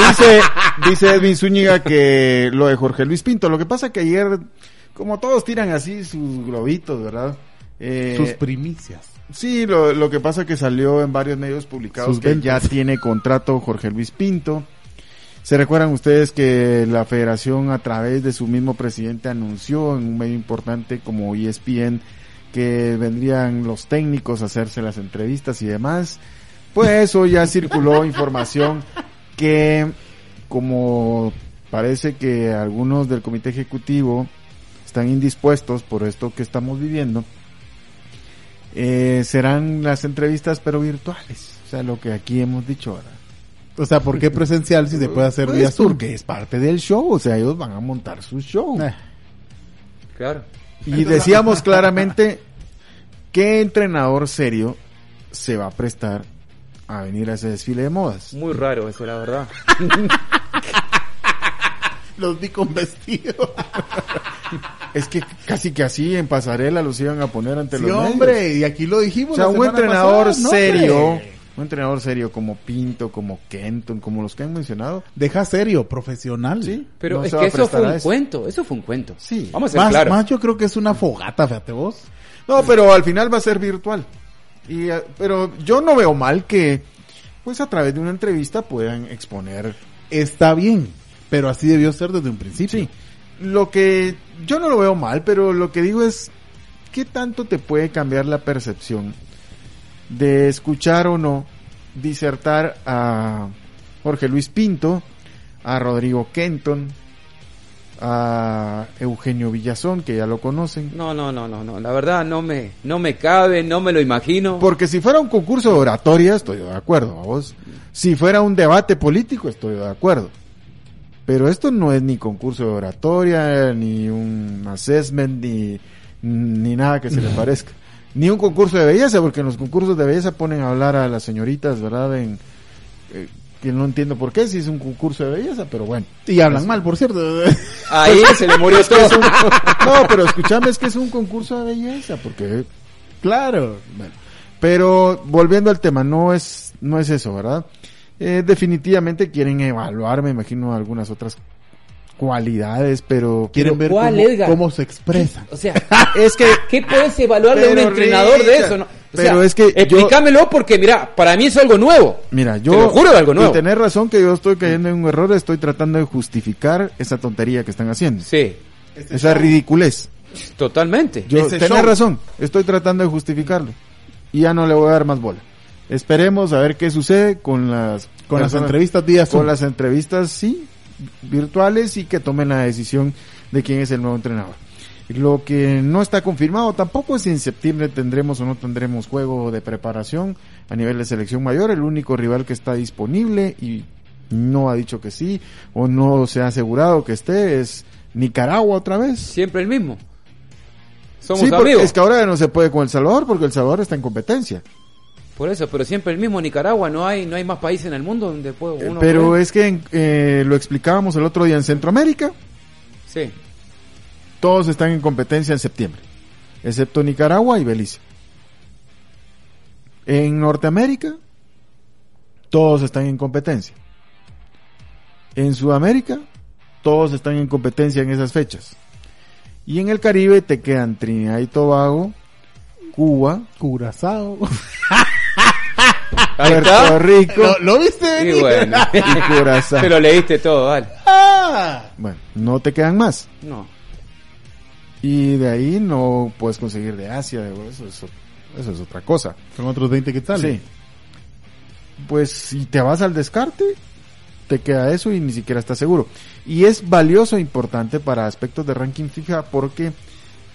dice, dice Edwin Zúñiga que lo de Jorge Luis Pinto. Lo que pasa que ayer, como todos tiran así sus globitos, ¿verdad? Eh, sus primicias. sí, lo, lo que pasa que salió en varios medios publicados Sus que ventas. ya tiene contrato Jorge Luis Pinto. ¿Se recuerdan ustedes que la federación a través de su mismo presidente anunció en un medio importante como E ESPN que vendrían los técnicos a hacerse las entrevistas y demás? Pues eso ya circuló información que como parece que algunos del comité ejecutivo están indispuestos por esto que estamos viviendo, eh, serán las entrevistas pero virtuales, o sea, lo que aquí hemos dicho ahora O sea, ¿por qué presencial si se puede hacer pues vía Zoom? porque es parte del show, o sea, ellos van a montar su show. Eh, Claro. Y decíamos claramente qué entrenador serio se va a prestar a venir a ese desfile de modas. Muy raro eso, la verdad. Los vi con vestido. Es que casi que así en pasarela los iban a poner ante Sí, los medios. hombre, y aquí lo O dijimos. sea, la un semana entrenador pasada, ¿no, serio, hombre? un entrenador serio como Pinto, como Kenton, como los que han mencionado. Deja serio, profesional. Sí. Pero No es se va que a eso fue prestar a un eso. cuento. Eso fue un cuento. Sí. Vamos a ser Más, claros. más yo creo que es una fogata, fíjate vos. No, pero al final va a ser virtual. Y, eh, pero yo no veo mal que, pues a través de una entrevista puedan exponer Está bien, pero así debió ser desde un principio. Sí. Lo que yo no lo veo mal, pero lo que digo es, ¿qué tanto te puede cambiar la percepción de escuchar o no disertar a Jorge Luis Pinto, a Rodrigo Kenton, a Eugenio Villazón, que ya lo conocen. No, no, no, no, no. La verdad no me, no me cabe, no me lo imagino. Porque si fuera un concurso de oratoria, estoy de acuerdo, vos. Si fuera un debate político, estoy de acuerdo. Pero esto no es ni concurso de oratoria, ni un assessment, ni, ni nada que se le parezca. Ni un concurso de belleza, porque en los concursos de belleza ponen a hablar a las señoritas, ¿verdad? En, eh, que no entiendo por qué, si es un concurso de belleza, pero bueno. Y hablan mal, por cierto. Ahí se le murió todo. Pues, Es un- no, pero escúchame, es que es un concurso de belleza, porque claro. bueno. Pero volviendo al tema, no es, no es eso, ¿verdad? Eh, definitivamente quieren evaluar, me imagino, algunas otras cualidades, pero Quieren Pero ver ¿cuál, cómo, Edgar? cómo se expresan. O sea, es que ¿qué puedes evaluar de un Pero, entrenador de Richard, eso? no? O pero sea, es que yo- explícamelo porque mira, para mí es algo nuevo. mira, yo Te lo juro, algo Y nuevo. tener razón que yo estoy cayendo en un error, estoy tratando de justificar esa tontería que están haciendo. Sí, esa ridiculez. totalmente. Yo Ese tenés show. razón, estoy tratando de justificarlo y ya no le voy a dar más bola. Esperemos a ver qué sucede con las Con las personas- entrevistas días con las entrevistas sí virtuales y que tomen la decisión de quién es el nuevo entrenador. Lo que no está confirmado tampoco es si en septiembre tendremos o no tendremos juego de preparación a nivel de selección mayor, el único rival que está disponible y no ha dicho que sí o no se ha asegurado que esté es Nicaragua otra vez. Siempre el mismo. Somos Sí, porque amigos. es que ahora no se puede con El Salvador porque El Salvador está en competencia. Por eso, pero siempre el mismo Nicaragua, no hay no hay más país en el mundo donde puede Eh, uno Pero puede- es que en- eh, lo explicábamos el otro día en Centroamérica, Sí. todos están en competencia en septiembre, excepto Nicaragua y Belice. En Norteamérica, todos están en competencia. En Sudamérica, todos están en competencia en esas fechas. Y en el Caribe te quedan Trinidad y Tobago, Cuba, Curazao. Ahí Puerto está. Rico ¿Lo, lo viste? Y venir? bueno. y Curazao. Pero leíste todo, dale. Ah. Bueno, no te quedan más. No. Y de ahí no puedes conseguir de Asia, de- eso, es o- eso es otra cosa. Son otros 20 que tal. Sí. Pues si te vas al descarte, te queda eso y ni siquiera estás seguro. Y es valioso e importante para aspectos de ranking FIFA porque,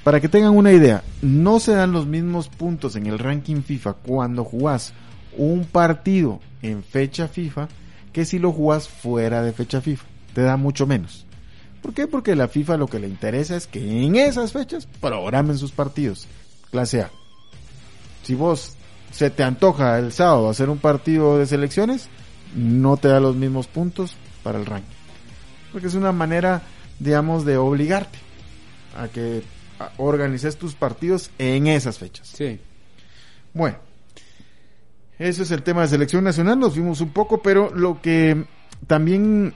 para que tengan una idea, no se dan los mismos puntos en el ranking FIFA cuando jugás un partido en fecha FIFA que si lo jugás fuera de fecha FIFA. Te da mucho menos. ¿Por qué? Porque la FIFA lo que le interesa es que en esas fechas programen sus partidos. Clase A. Si vos se te antoja el sábado hacer un partido de selecciones, no te da los mismos puntos para el ranking. Porque es una manera, digamos, de obligarte a que a- organices tus partidos en esas fechas. Sí. Bueno, eso es el tema de selección nacional. Nos vimos un poco, pero lo que también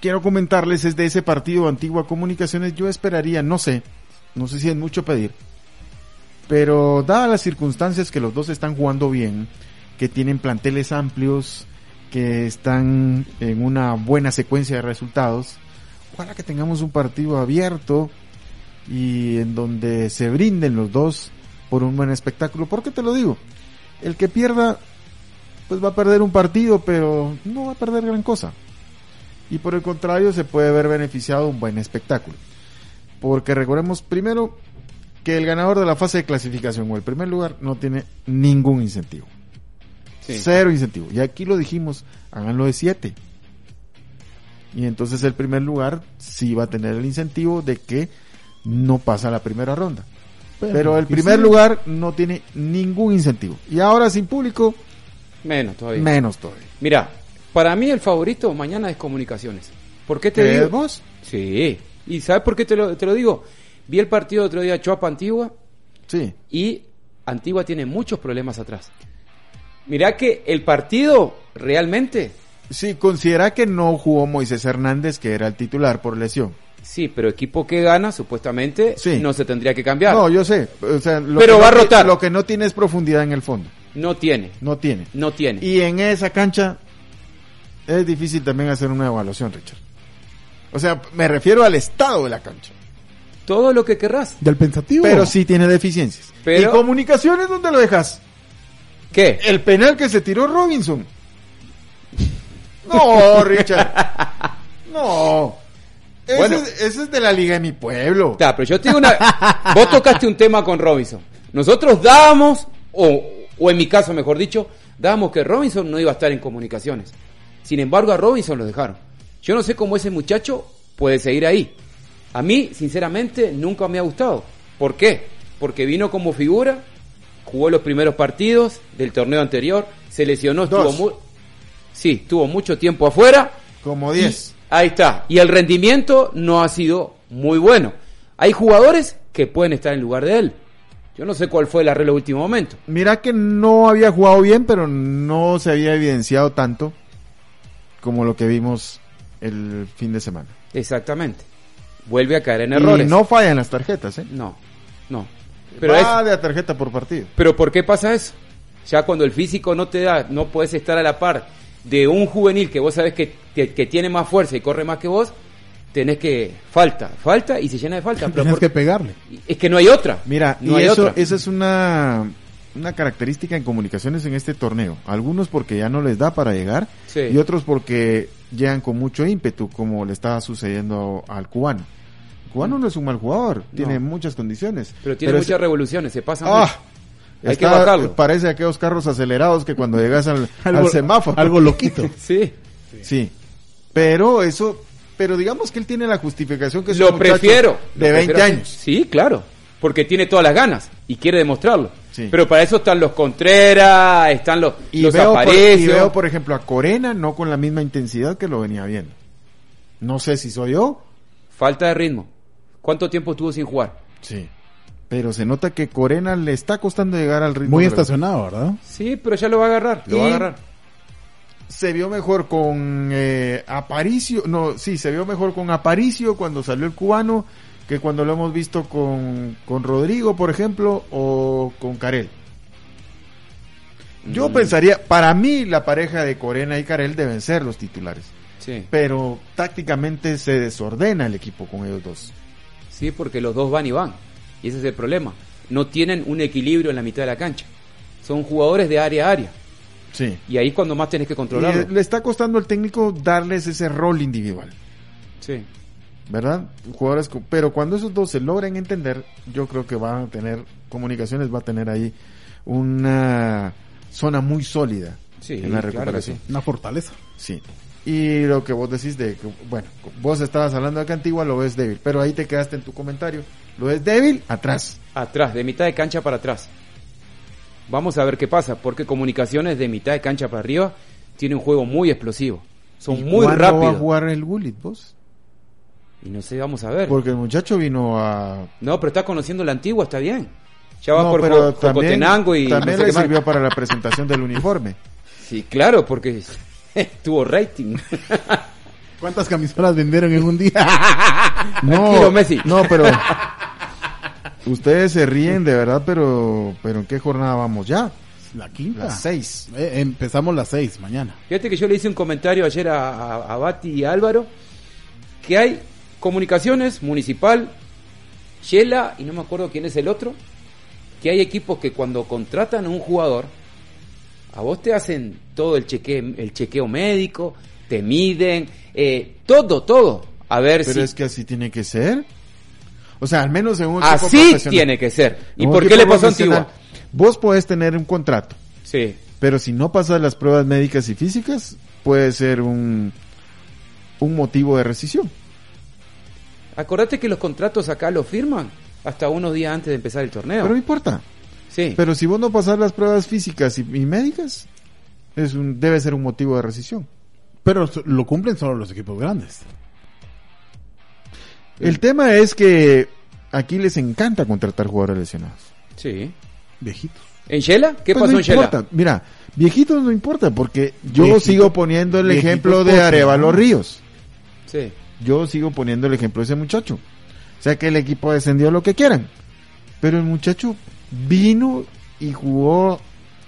quiero comentarles es de ese partido Antigua Comunicaciones. Yo esperaría, no sé, no sé si es mucho pedir, pero dadas las circunstancias que los dos están jugando bien, que tienen planteles amplios, que están en una buena secuencia de resultados, ojalá que tengamos un partido abierto y en donde se brinden los dos por un buen espectáculo. ¿Por qué te lo digo? El que pierda, pues va a perder un partido, pero no va a perder gran cosa. Y por el contrario, se puede ver beneficiado un buen espectáculo. Porque recordemos primero que el ganador de la fase de clasificación o el primer lugar no tiene ningún incentivo. Sí. Cero incentivo. Y aquí lo dijimos, háganlo de siete. Y entonces el primer lugar sí va a tener el incentivo de que no pasa la primera ronda. Pero el y primer sí. lugar no tiene ningún incentivo. Y ahora sin público, Menos todavía. menos todavía. Mira, para mí el favorito mañana es comunicaciones. ¿Por qué te ¿Crees digo? vos? Sí. ¿Y sabes por qué te lo, te lo digo? Vi el partido otro día Chuapa Antigua Sí. y Antigua tiene muchos problemas atrás. Mirá que el partido realmente, Sí, considera que no jugó Moisés Hernández, que era el titular por lesión. sí, pero equipo que gana supuestamente Sí. no se tendría que cambiar. No, No, yo sé. O sea, lo Pero que no va a ti- rotar. Lo que no tiene es profundidad en el fondo. tiene, No tiene. no tiene. Y en esa cancha es difícil también hacer una evaluación, Richard. O sea, me refiero al estado de la cancha. Todo lo que querrás. Del pensativo. Pero sí tiene deficiencias. Pero- ¿Y comunicaciones dónde lo dejas? ¿Qué? El penal que se tiró Robinson. No, Richard. No. Ese, Bueno. es, ese es de la liga de mi pueblo. Ta, pero yo te digo una. Vos tocaste un tema con Robinson. Nosotros dábamos, o, o en mi caso mejor dicho, dábamos que Robinson no iba a estar en comunicaciones. Sin embargo, a Robinson lo dejaron. Yo no sé cómo ese muchacho puede seguir ahí. A mí, sinceramente, nunca me ha gustado. ¿Por qué? Porque vino como figura, jugó los primeros partidos del torneo anterior, se lesionó, estuvo, Dos. mu- sí, estuvo mucho tiempo afuera. Como 10. Ahí está. Y el rendimiento no ha sido muy bueno. Hay jugadores que pueden estar en lugar de él. Yo no sé cuál fue el arreglo de último momento. Mira que no había jugado bien, pero no se había evidenciado tanto como lo que vimos el fin de semana. Exactamente. Vuelve a caer en Y errores. no fallan las tarjetas, ¿eh? no, no. Pero, es, Va de a tarjeta por partido. pero ¿por qué pasa eso? Ya cuando el físico no te da, no puedes estar a la par de un juvenil que vos sabés que, que- que tiene más fuerza y corre más que vos, tenés que falta, falta y se llena de falta. Pero Tienes por- que pegarle. Es que no hay otra. Mira, no Ah, y hay eso, otra. esa es una, una característica en comunicaciones en este torneo. Algunos porque ya no les da para llegar Sí. y otros porque llegan con mucho ímpetu, como le estaba sucediendo al cubano. El cubano no es un mal jugador, tiene muchas condiciones. Mm. Pero tiene es- muchas revoluciones, se pasa ¡Ah! mucho. Hay que Está- bajarlo. Parece aquellos carros acelerados que cuando llegas al, al semáforo. Algo loquito. Sí. Sí. Pero eso, pero digamos que él tiene la justificación que es un lo muchacho prefiero. De Lo 20 prefiero. años. Sí, claro. Porque tiene todas las ganas y quiere demostrarlo. Sí. Pero para eso están los Contreras, están los, Y los veo, por, y Aparicio. veo, por ejemplo, a Corena no con la misma intensidad que lo venía viendo. No sé si soy yo. Falta de ritmo. ¿Cuánto tiempo estuvo sin jugar? Sí. Pero se nota que Corena le está costando llegar al ritmo. Muy de la- estacionado, ¿verdad? Sí, pero ya lo va a agarrar. Lo va a Y- agarrar. Se vio mejor con eh, Aparicio. No, sí, se vio mejor con Aparicio cuando salió el cubano que cuando lo hemos visto con, con Rodrigo, por ejemplo, o con Carel. Mm. Yo pensaría, para mí la pareja de Corena y Carel deben ser los titulares. Sí. pero tácticamente se desordena el equipo con ellos dos. sí, porque los dos van y van. Y ese es el problema. No tienen un equilibrio en la mitad de la cancha. Son jugadores de área a área. Sí. Y ahí es cuando más tenés que controlarlo. eh, Le está costando al técnico darles ese rol individual, Sí. ¿verdad? Jugadores, co- pero cuando esos dos se logren entender, yo creo que van a tener comunicaciones, va a tener ahí una zona muy sólida Sí, en la claro que recuperación. Una fortaleza. Sí. Y lo que vos decís de que, bueno, vos estabas hablando de que Antigua lo ves débil, pero ahí te quedaste en tu comentario. Lo ves débil, atrás. Atrás, de mitad de cancha para atrás. Vamos a ver qué pasa, porque Comunicaciones de mitad de cancha para arriba tiene un juego muy explosivo. ¿Y Son muy cuándo va a rápidos. jugar el Bullet, vos? Y no sé, vamos a ver. Porque el muchacho vino a No, pero está conociendo la antigua, está bien. Ya va No, por pero Jo- Jocotenango y... también no sé le qué más. sirvió para la presentación del uniforme. Sí, claro, porque tuvo rating. ¿Cuántas camisolas vendieron en un día? Tranquilo, Messi. No, pero ustedes se ríen de verdad, pero pero en qué jornada vamos ya? La quinta. Las seis. Eh, empezamos las seis mañana. Fíjate que yo le hice un comentario ayer a, a- a Bati y a Álvaro que hay comunicaciones, municipal, Yela y no me acuerdo quién es el otro, que hay equipos que cuando contratan a un jugador, a vos te hacen todo el chequeo, el chequeo médico, te miden, eh, todo, todo. A ver Pero si es que así tiene que ser. O sea, al menos en un equipo así profesional. tiene que ser. ¿Y En un por qué equipo le pasó a profesional, Antigua? Vos podés tener un contrato, Sí, pero si no pasas las pruebas médicas y físicas, puede ser un un motivo de rescisión. acordate que los contratos acá los firman hasta unos días antes de empezar el torneo. Pero no importa. sí. Pero si vos no pasás las pruebas físicas y, y médicas, es un, debe ser un motivo de rescisión. Pero so- lo cumplen solo los equipos grandes. El tema es que aquí les encanta contratar jugadores lesionados. sí. Viejitos. ¿En Shela? ¿Qué Pues pasó no en Shela? importa. Mira, viejitos no importa porque yo Viejitos- sigo poniendo el viejitos ejemplo de todos, Arevalo ¿no? Ríos. Sí. Yo sigo poniendo el ejemplo de ese muchacho. O sea que el equipo descendió lo que quieran. Pero el muchacho vino y jugó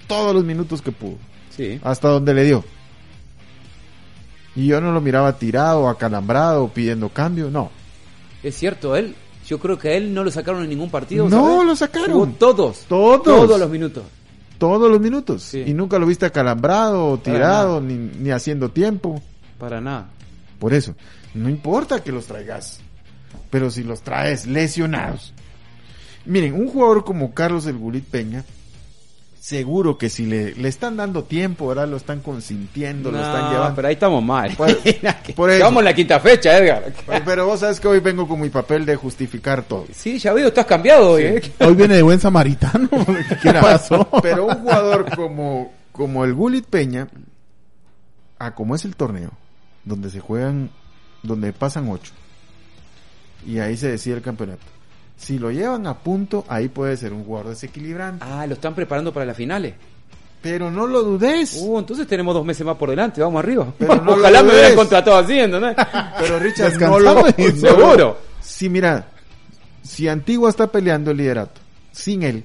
todos los minutos que pudo. Sí. hasta donde le dio. Y yo no lo miraba tirado, acalambrado, pidiendo cambio, no. Es cierto, él, yo creo que a él no lo sacaron en ningún partido. No, ¿sabes? lo sacaron. Jugó todos. Todos. Todos los minutos. Todos los minutos. Sí. Y nunca lo viste acalambrado, Para tirado, ni, ni haciendo tiempo. Para nada. Por eso. No importa que los traigas. Pero si los traes lesionados. Miren, un jugador como Carlos el Gulit Peña, seguro que si le, le están dando tiempo, ¿verdad? Lo están consintiendo, lo están No, llevando. pero ahí estamos mal. Por- por eso. Estamos en la quinta fecha, Edgar. Pero- Pero vos sabes que hoy vengo con mi papel de justificar todo. Sí, ya veo, estás cambiado hoy. ¿eh? Hoy viene de buen samaritano. ¿Qué pasó? Pero un jugador como, como el Gullit Peña, a como es el torneo, donde se juegan, donde pasan ocho, y ahí se decide el campeonato. Si lo llevan a punto, ahí puede ser un jugador desequilibrante. Ah, lo están preparando para las finales. Pero no lo dudes. Uh, entonces tenemos dos meses más por delante, vamos arriba. Pero no lo Ojalá me dudes. hubieran contratado así, ¿entendés? Pero Richard, no Descansamos. lo Seguro. Seguro. Si mira, si Antigua está peleando el liderato, sin él,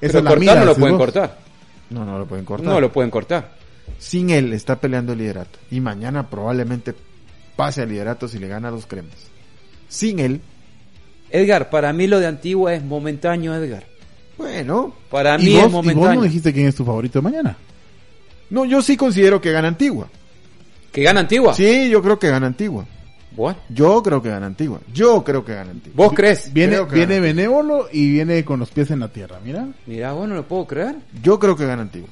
Pero es la cortar mira, no lo decís pueden vos. cortar. no, no lo pueden cortar. No lo pueden cortar. Sin él está peleando el liderato. Y mañana probablemente pase al liderato si le gana a los cremas. Sin él, Edgar, para mí lo de Antigua es momentáneo, Edgar. bueno. Para ¿Y mí vos, es y vos no momentáneo. dijiste quién es tu favorito de mañana. No, yo sí considero que gana Antigua. ¿Que gana Antigua? Sí, yo creo que gana Antigua. Bueno, Yo creo que gana Antigua. Yo creo que gana Antigua. ¿Vos crees? Viene, Creo que viene gana. benévolo y viene con los pies en la tierra, mira. Mirá, vos no lo puedo creer. Yo creo que gana Antigua.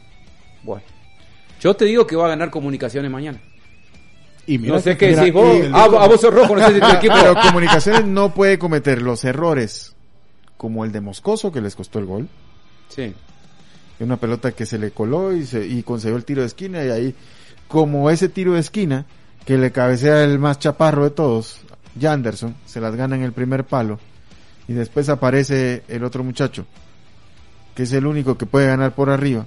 Bueno. Yo te digo que va a ganar comunicaciones mañana. Y mira no sé que- qué mira, decís vos. y el- Ah, vos- ah, vos sos rojo, no sé si tu equipo. Pero Comunicaciones no puede cometer los errores como el de Moscoso que les costó el gol. Sí. Una pelota que se le coló y, se, y concedió el tiro de esquina y ahí, como ese tiro de esquina que le cabecea el más chaparro de todos, Janderson, se las gana en el primer palo y después aparece el otro muchacho, que es el único que puede ganar por arriba.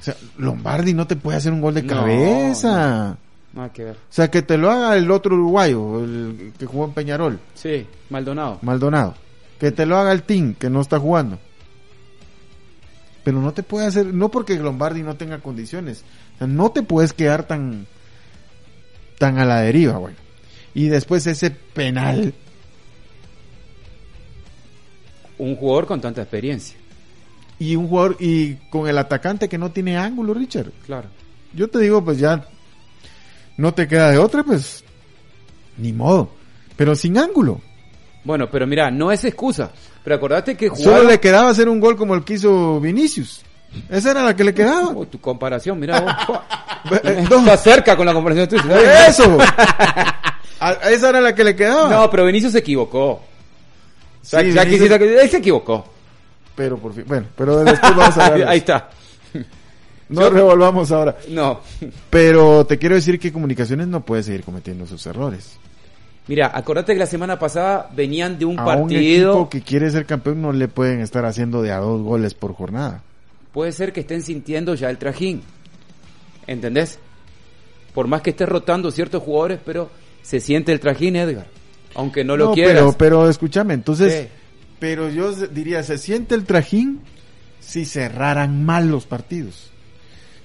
O sea, Lombardi no te puede hacer un gol de No, cabeza. Nada que ver. O sea, que te lo haga el otro uruguayo, el que jugó en Peñarol. Sí, Maldonado. Maldonado. Que te lo haga el team que no está jugando. Pero no te puede hacer, no porque Lombardi no tenga condiciones. O sea, no te puedes quedar tan, tan a la deriva, güey. Y después ese penal. Un jugador con tanta experiencia. Y un jugador, y con el atacante que no tiene ángulo, Richard. Claro. Yo te digo, pues ya no te queda de otra, pues ni modo. Pero sin ángulo. Bueno, pero mirá, no es excusa. Pero acordate que Solo jugaron... le quedaba hacer un gol como el que hizo Vinicius. Esa era la que le quedaba. Oh, tu comparación, mirá vos. Eh, dos. Estás cerca con la comparación tuya. ¿sabes? Eso. A- esa era la que le quedaba. No, pero Vinicius se equivocó. O sea, Sí, ya Vinicius- quisiera que- Él se equivocó. Pero por fin, bueno, pero después vamos a hablar de Ahí eso. está. No revolvamos ahora. No. Pero te quiero decir que comunicaciones no puede seguir cometiendo sus errores. Mira, acordate que la semana pasada venían de un a un partido. equipo que quiere ser campeón no le pueden estar haciendo de a dos goles por jornada. Puede ser que estén sintiendo ya el trajín. ¿Entendés? Por más que estés rotando ciertos jugadores, pero se siente el trajín, Edgar. Aunque no lo quieras. pero, pero escúchame, entonces, Sí. pero yo se- diría, se siente el trajín si cerraran mal los partidos.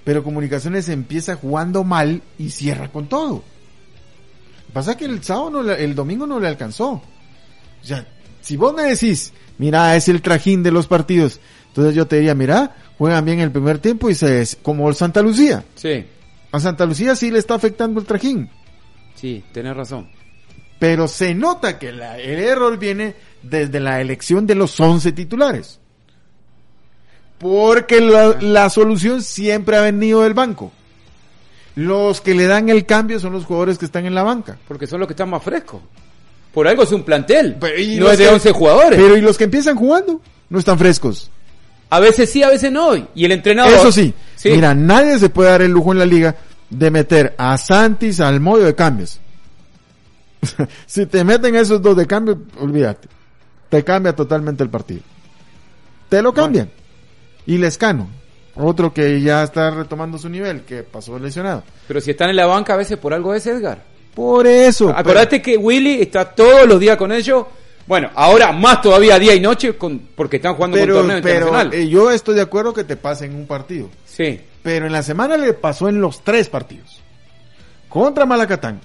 Pero comunicaciones empieza jugando mal y cierra con todo. Pasa que el sábado, no le- el domingo no le alcanzó. O sea, si vos me decís, mira, es el trajín de los partidos, entonces yo te diría, mira, juegan bien el primer tiempo y se des- como el Santa Lucía. Sí, A Santa Lucía sí le está afectando el trajín. sí, tenés razón. Pero se nota que la- el error viene desde la elección de los 11 titulares. Porque la, la solución siempre ha venido del banco. Los que le dan el cambio son los jugadores que están en la banca. Porque son los que están más frescos. Por algo es un plantel. Pero, ¿y no los es de que- 11 jugadores. Pero ¿y los que empiezan jugando? No están frescos. A veces sí, a veces no. Y el entrenador. Eso sí, mira, nadie se puede dar el lujo en la liga de meter a Santis al modo de cambios. si te meten esos dos de cambio, olvídate. Te cambia totalmente el partido. Te lo cambian. Y Lescano, otro que ya está retomando su nivel, que pasó lesionado. Pero si están en la banca, a veces por algo es Edgar. Por eso. Acordate que Willy está todos los días con ellos. Bueno, ahora más todavía día y noche con, porque están jugando con pero, torneo pero, internacional. eh, yo estoy de acuerdo que te pase en un partido. sí, Pero en la semana le pasó en los tres partidos. Contra Malacatán.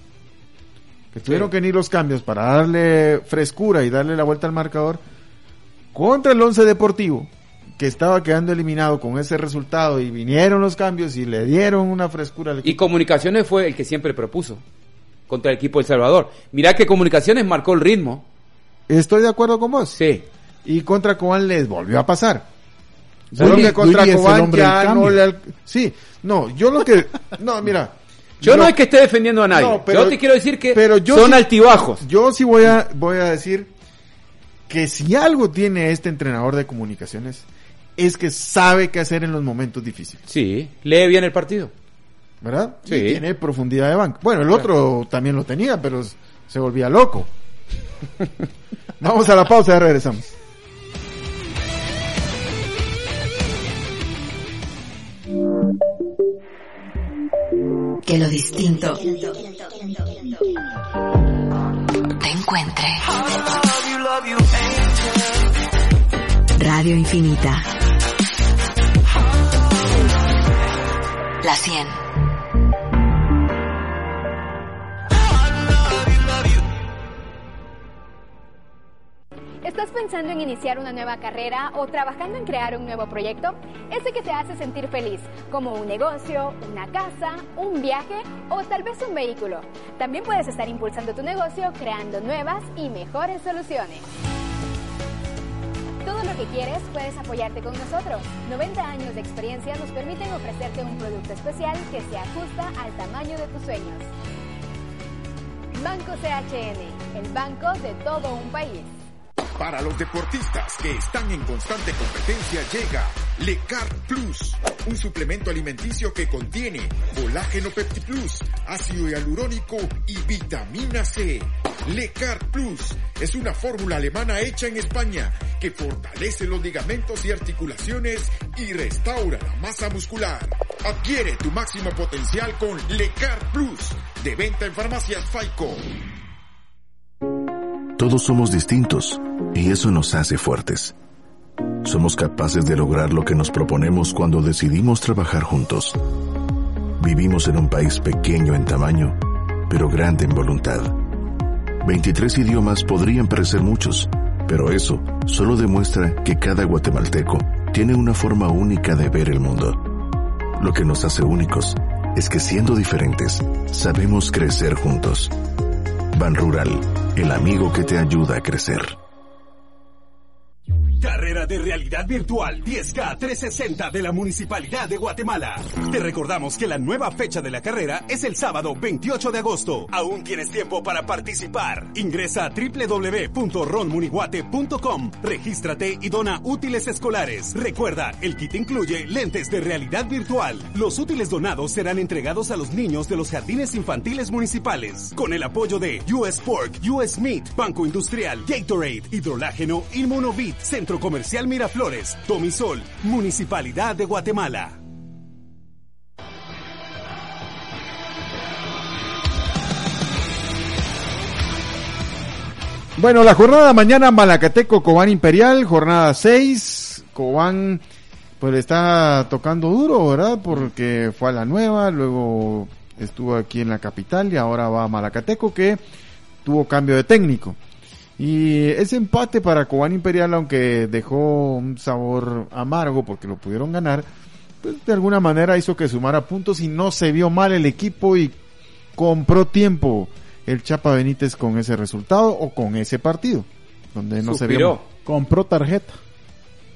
Que tuvieron que venir los cambios para darle frescura y darle la vuelta al marcador. Contra el Once Deportivo. que estaba quedando eliminado con ese resultado y vinieron los cambios y le dieron una frescura al Y equipo. Comunicaciones fue el que siempre propuso contra el equipo de El Salvador. Mirá que Comunicaciones marcó el ritmo. Estoy de acuerdo con vos. Sí. Y contra Cobán les volvió a pasar. Willy- Solo que contra Willy es el Cobán hombre del ya cambio. no le al- Sí, no, yo lo que. No, mira. Yo no lo- es que esté defendiendo a nadie. No, pero- yo te quiero decir que pero yo son sí- altibajos. Yo sí voy a, voy a decir que si algo tiene este entrenador de comunicaciones es que sabe qué hacer en los momentos difíciles, Sí, lee bien el partido. ¿verdad? Sí. Y tiene profundidad de banco. Bueno, el otro también lo tenía, pero s- se volvía loco. Vamos a la pausa, ya regresamos. Que lo distinto te encuentre. Radio Infinita. La 100. ¿Estás pensando en iniciar una nueva carrera o trabajando en crear un nuevo proyecto? Ese que te hace sentir feliz, como un negocio, una casa, un viaje o tal vez un vehículo. También puedes estar impulsando tu negocio creando nuevas y mejores soluciones. Todo lo que quieres puedes apoyarte con nosotros. 90 años de experiencia nos permiten ofrecerte un producto especial que se ajusta al tamaño de tus sueños. Banco CHN, el banco de todo un país. Para los deportistas que están en constante competencia llega Lecar Plus, un suplemento alimenticio que contiene colágeno Pepti Plus, ácido hialurónico y vitamina C. Lecar Plus es una fórmula alemana hecha en España que fortalece los ligamentos y articulaciones y restaura la masa muscular. Adquiere tu máximo potencial con Lecar Plus, de venta en farmacias Faico. Todos somos distintos y eso nos hace fuertes. Somos capaces de lograr lo que nos proponemos cuando decidimos trabajar juntos. Vivimos en un país pequeño en tamaño, pero grande en voluntad. 23 idiomas podrían parecer muchos, pero eso solo demuestra que cada guatemalteco tiene una forma única de ver el mundo. Lo que nos hace únicos es que siendo diferentes, sabemos crecer juntos. Ban Rural, el amigo que te ayuda a crecer. Carrera de realidad virtual 10K 360 de la Municipalidad de Guatemala. Te recordamos que la nueva fecha de la carrera es el sábado 28 de agosto. Aún tienes tiempo para participar. Ingresa a www.ronmuniguate.com, regístrate y dona útiles escolares. Recuerda, el kit incluye lentes de realidad virtual. Los útiles donados serán entregados a los niños de los jardines infantiles municipales con el apoyo de US Pork, US Meat, Banco Industrial, Gatorade, Hidrolágeno, Inmunovit, Centro Comercial Miraflores, Tomisol, Municipalidad de Guatemala. Bueno, la jornada mañana Malacateco Cobán Imperial, jornada 6. Cobán pues le está tocando duro, ¿verdad? Porque fue a la nueva, luego estuvo aquí en la capital y ahora va a Malacateco que tuvo cambio de técnico. Y ese empate para Cobán Imperial, aunque dejó un sabor amargo porque lo pudieron ganar, pues de alguna manera hizo que sumara puntos y no se vio mal el equipo y compró tiempo el Chapa Benítez con ese resultado o con ese partido, donde no se vio. Suspiró. Compró tarjeta.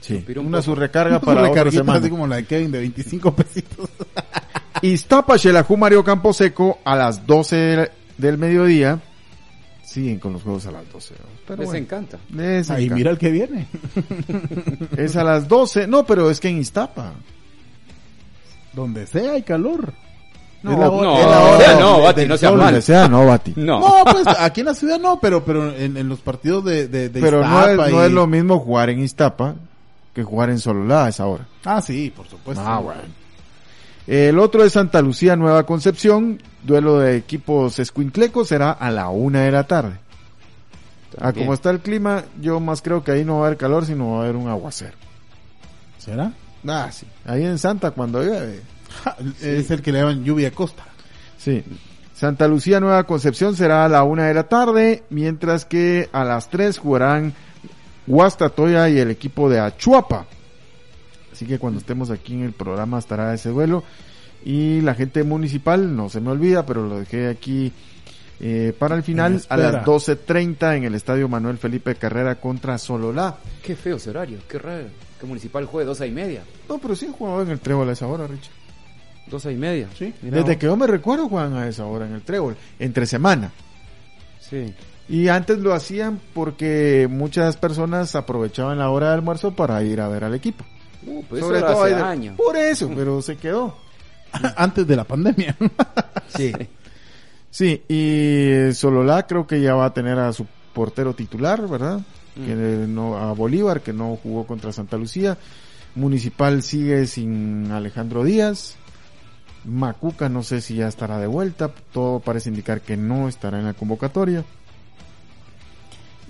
Sí, Suspiró un una poco. su recarga para Una otra carguita semana. así como la de Kevin de 25 pesitos. Iztapa Xelajú Mario Camposeco a las 12 del, del mediodía. Siguen con los juegos a las 12. ¿no? Pero Les bueno, encanta. les Ahí encanta. mira el que viene. Es a las 12. No, pero es que en Iztapa. Donde sea hay calor. No, Es la hora- no, es la hora ya no, del Bati, no seas sol. mal. Donde sea, no, Bati. No. No, pues aquí en la ciudad no, pero pero en, en los partidos de, de, de pero no es, Iztapa no y- es lo mismo jugar en Iztapa que jugar en Sololá a esa hora. Ah, sí, por supuesto. Ah, bueno. El otro es Santa Lucía Nueva Concepción. Duelo de equipos escuinclecos será a la una de la tarde. A Bien. como está el clima, yo más creo que ahí no va a haber calor, sino va a haber un aguacero. ¿Será? Ah, sí. Ahí en Santa cuando eh, llueve. Ja, Es el que le llaman lluvia a costa. Sí. Santa Lucía Nueva Concepción será a la una de la tarde, mientras que a las tres jugarán Huastatoya y el equipo de Achuapa. Así que cuando estemos aquí en el programa estará ese duelo. Y la gente municipal, no se me olvida, pero lo dejé aquí eh, para el En final a espera. las 12.30 en el Estadio Manuel Felipe Carrera contra Sololá. Qué feo ese horario, qué raro. Que municipal juegue dos y media. No, pero sí jugaban en el trébol a esa hora, Richard. Dos y media. Sí, Mirá desde vos. que yo me recuerdo jugaban a esa hora en el trébol, entre semana. Sí. Y antes lo hacían porque muchas personas aprovechaban la hora de almuerzo para ir a ver al equipo. Uh, pues eso era hace ahí de- años. Por eso, pero se quedó. Ah, Antes de la pandemia. Sí. Sí, y Sololá creo que ya va a tener a su portero titular, ¿verdad? Que Mm. no, a Bolívar, que no jugó contra Santa Lucía. Municipal sigue sin Alejandro Díaz. Macuca no sé si ya estará de vuelta. Todo parece indicar que no estará en la convocatoria.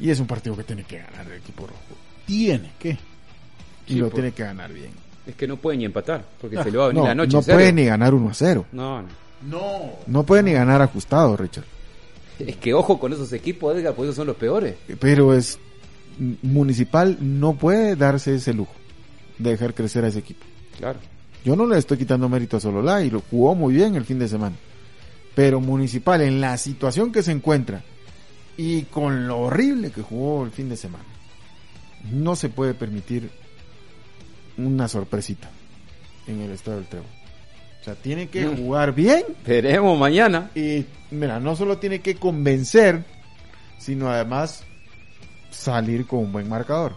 Y es un partido que tiene que ganar el equipo rojo. Tiene que. Y lo tiene que ganar bien. Es que no pueden ni empatar, porque se le va a venir No, la noche. no ¿en serio? puede ni ganar 1 a 0. No, no. No. No puede ni ganar ajustado, Richard. Es que ojo con esos equipos, Edgar, porque esos son los peores. pero es municipal no puede darse ese lujo de dejar crecer a ese equipo. Claro. Yo no le estoy quitando mérito a Sololá y lo jugó muy bien el fin de semana. Pero municipal en la situación que se encuentra y con lo horrible que jugó el fin de semana, no se puede permitir una sorpresita en el estado del Trébol. O sea, tiene que Mm. jugar bien Veremos mañana. y mira, no solo tiene que convencer, sino además salir con un buen marcador.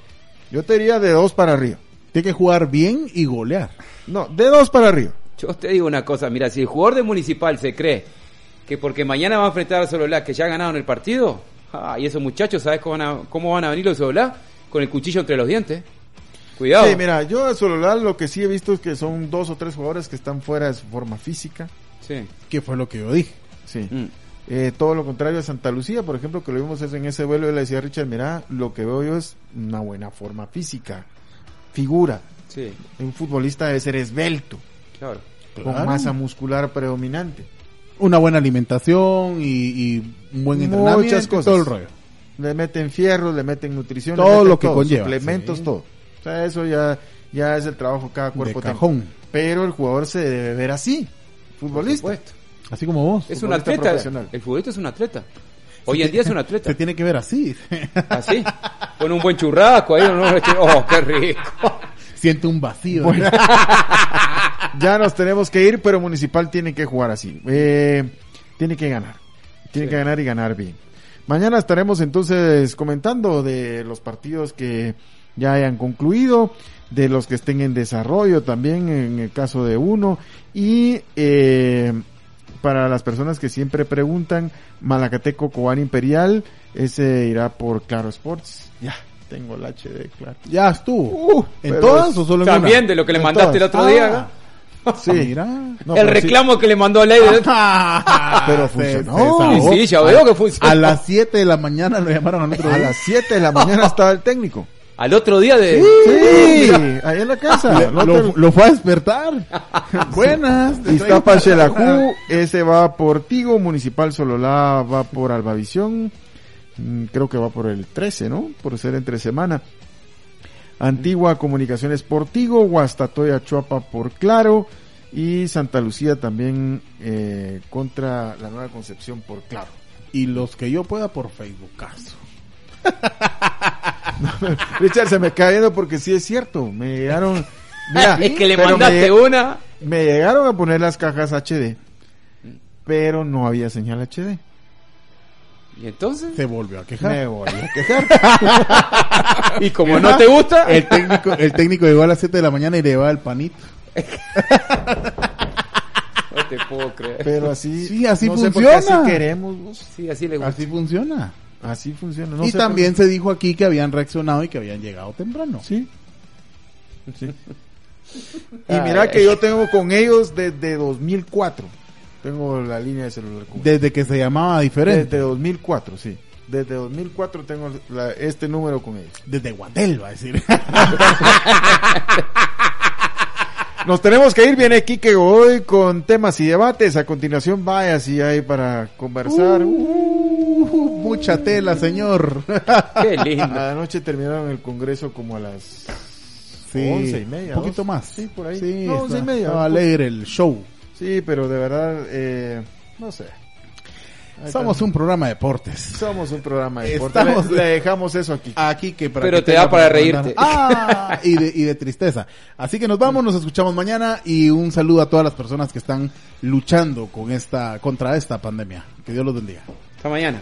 Yo te diría de dos para arriba. Tiene que jugar bien y golear. No, de dos para arriba. Yo te digo una cosa, mira, si el jugador de Municipal se cree que porque mañana va a enfrentar a Sololá, que ya ganaron el partido, ah, y esos muchachos, ¿sabes cómo van a, cómo van a venir los Sololá? Con el cuchillo entre los dientes. Cuidado. Sí, mira, yo a Sololá lo que sí he visto es que son dos o tres jugadores que están fuera de su forma física. Sí. Que fue lo que yo dije. Sí. Mm. Eh, todo lo contrario a Santa Lucía, por ejemplo, que lo vimos en ese vuelo, yo le decía a Richard, mira, lo que veo yo es una buena forma física, figura. Sí, Un futbolista debe ser esbelto, claro. con Claro. masa muscular predominante. Una buena alimentación y, y un buen Muchas entrenamiento. y cosas. Todo el rollo. Le meten fierro, le meten nutrición, le Todo meten lo que conlleva, Suplementos, sí. todo. O sea, eso ya, ya es el trabajo que cada cuerpo de tiene. cajón. Pero el jugador se debe ver así, futbolista. Supuesto. Así como vos. Es Futbolista un atleta. profesional. El futbolista es un atleta. Hoy en día es un atleta. Se tiene que ver así. Así. Con un buen churrasco ahí. ¿no? Oh, qué rico. Siente un vacío. Ya nos tenemos que ir, pero Municipal tiene que jugar así. Eh, tiene que ganar. Tiene que ganar y ganar bien. Mañana estaremos entonces comentando de los partidos que ya hayan concluido, de los que estén en desarrollo también, en el caso de uno. Y eh, para las personas que siempre preguntan, Malacateco Cobán Imperial, ese irá por Claro Sports. Ya, tengo el HD, claro. Ya estuvo. Uh, ¿En pero todas es- o solo en También una? de lo que le En mandaste el todas. Ah, otro día. Sí. Mira. No, el pero sí. reclamo que le mandó a Leider. Ah, Pero funcionó. Sí, sí, ya veo que funcionó. A las 7 de la mañana lo llamaron al otro A día. las 7 de la mañana estaba el técnico. Al otro día de. Sí, ahí en la casa. Lo, No lo- te- lo fue a despertar. Buenas. te Iztapa traigo- Xelajú, ese va por Tigo, Municipal Sololá va por Albavisión, mm, creo que va por el 13, ¿no? Por ser entre semana. Antigua Comunicaciones por Tigo, Guastatoya Chuapa por Claro y Santa Lucía también eh, contra la Nueva Concepción por Claro. Y los que yo pueda por Facebook. Caso. Richard se me cae viendo porque sí es cierto, me llegaron... Mira, es que le pero me mandaste lleg- una. Me llegaron a poner las cajas HD, pero no había señal HD. ¿Y entonces? Se volvió a Me quejar. volví a quejar. Y como no te gusta. El técnico, el técnico llegó a las 7 de la mañana y le llevaba el panito. No te puedo creer. Pero así, Sí, así no sé por funciona. qué así queremos. vos. Sí, así le gusta. Así funciona. Así funciona. no y sé también se dijo aquí que habían reaccionado y que habían llegado temprano. por- sí. Sí. Y mira que yo tengo con ellos desde 2004. Tengo la línea de celular con ellos. Desde que se llamaba diferente. Desde 2004, sí. Desde 2004 tengo la- este número con ellos. Desde Guatel, va a decir. Nos tenemos que ir, viene Kike hoy con temas y debates. A continuación, vaya si hay para conversar. Uh, mucha tela, señor. Qué lindo. Anoche terminaron el congreso como a las Sí, Once y media, Un poquito dos. más. Sí, por ahí. Sí, No, está- once y media. estaba alegre el show. Sí, pero de verdad, eh, no sé. Ahí Somos está. un programa de deportes. Somos un programa de Estamos- deportes. Le, le dejamos eso aquí. Aquí que para Pero que te tenga da para reírte. Ah, y de, y de tristeza. Así que nos vamos, nos escuchamos mañana y un saludo a todas las personas que están luchando con esta contra esta pandemia. Que Dios los bendiga. Hasta mañana.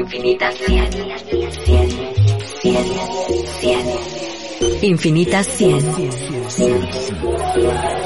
Infinitas cien, cien, cien, cien, cien. Infinitas 100. Infinitas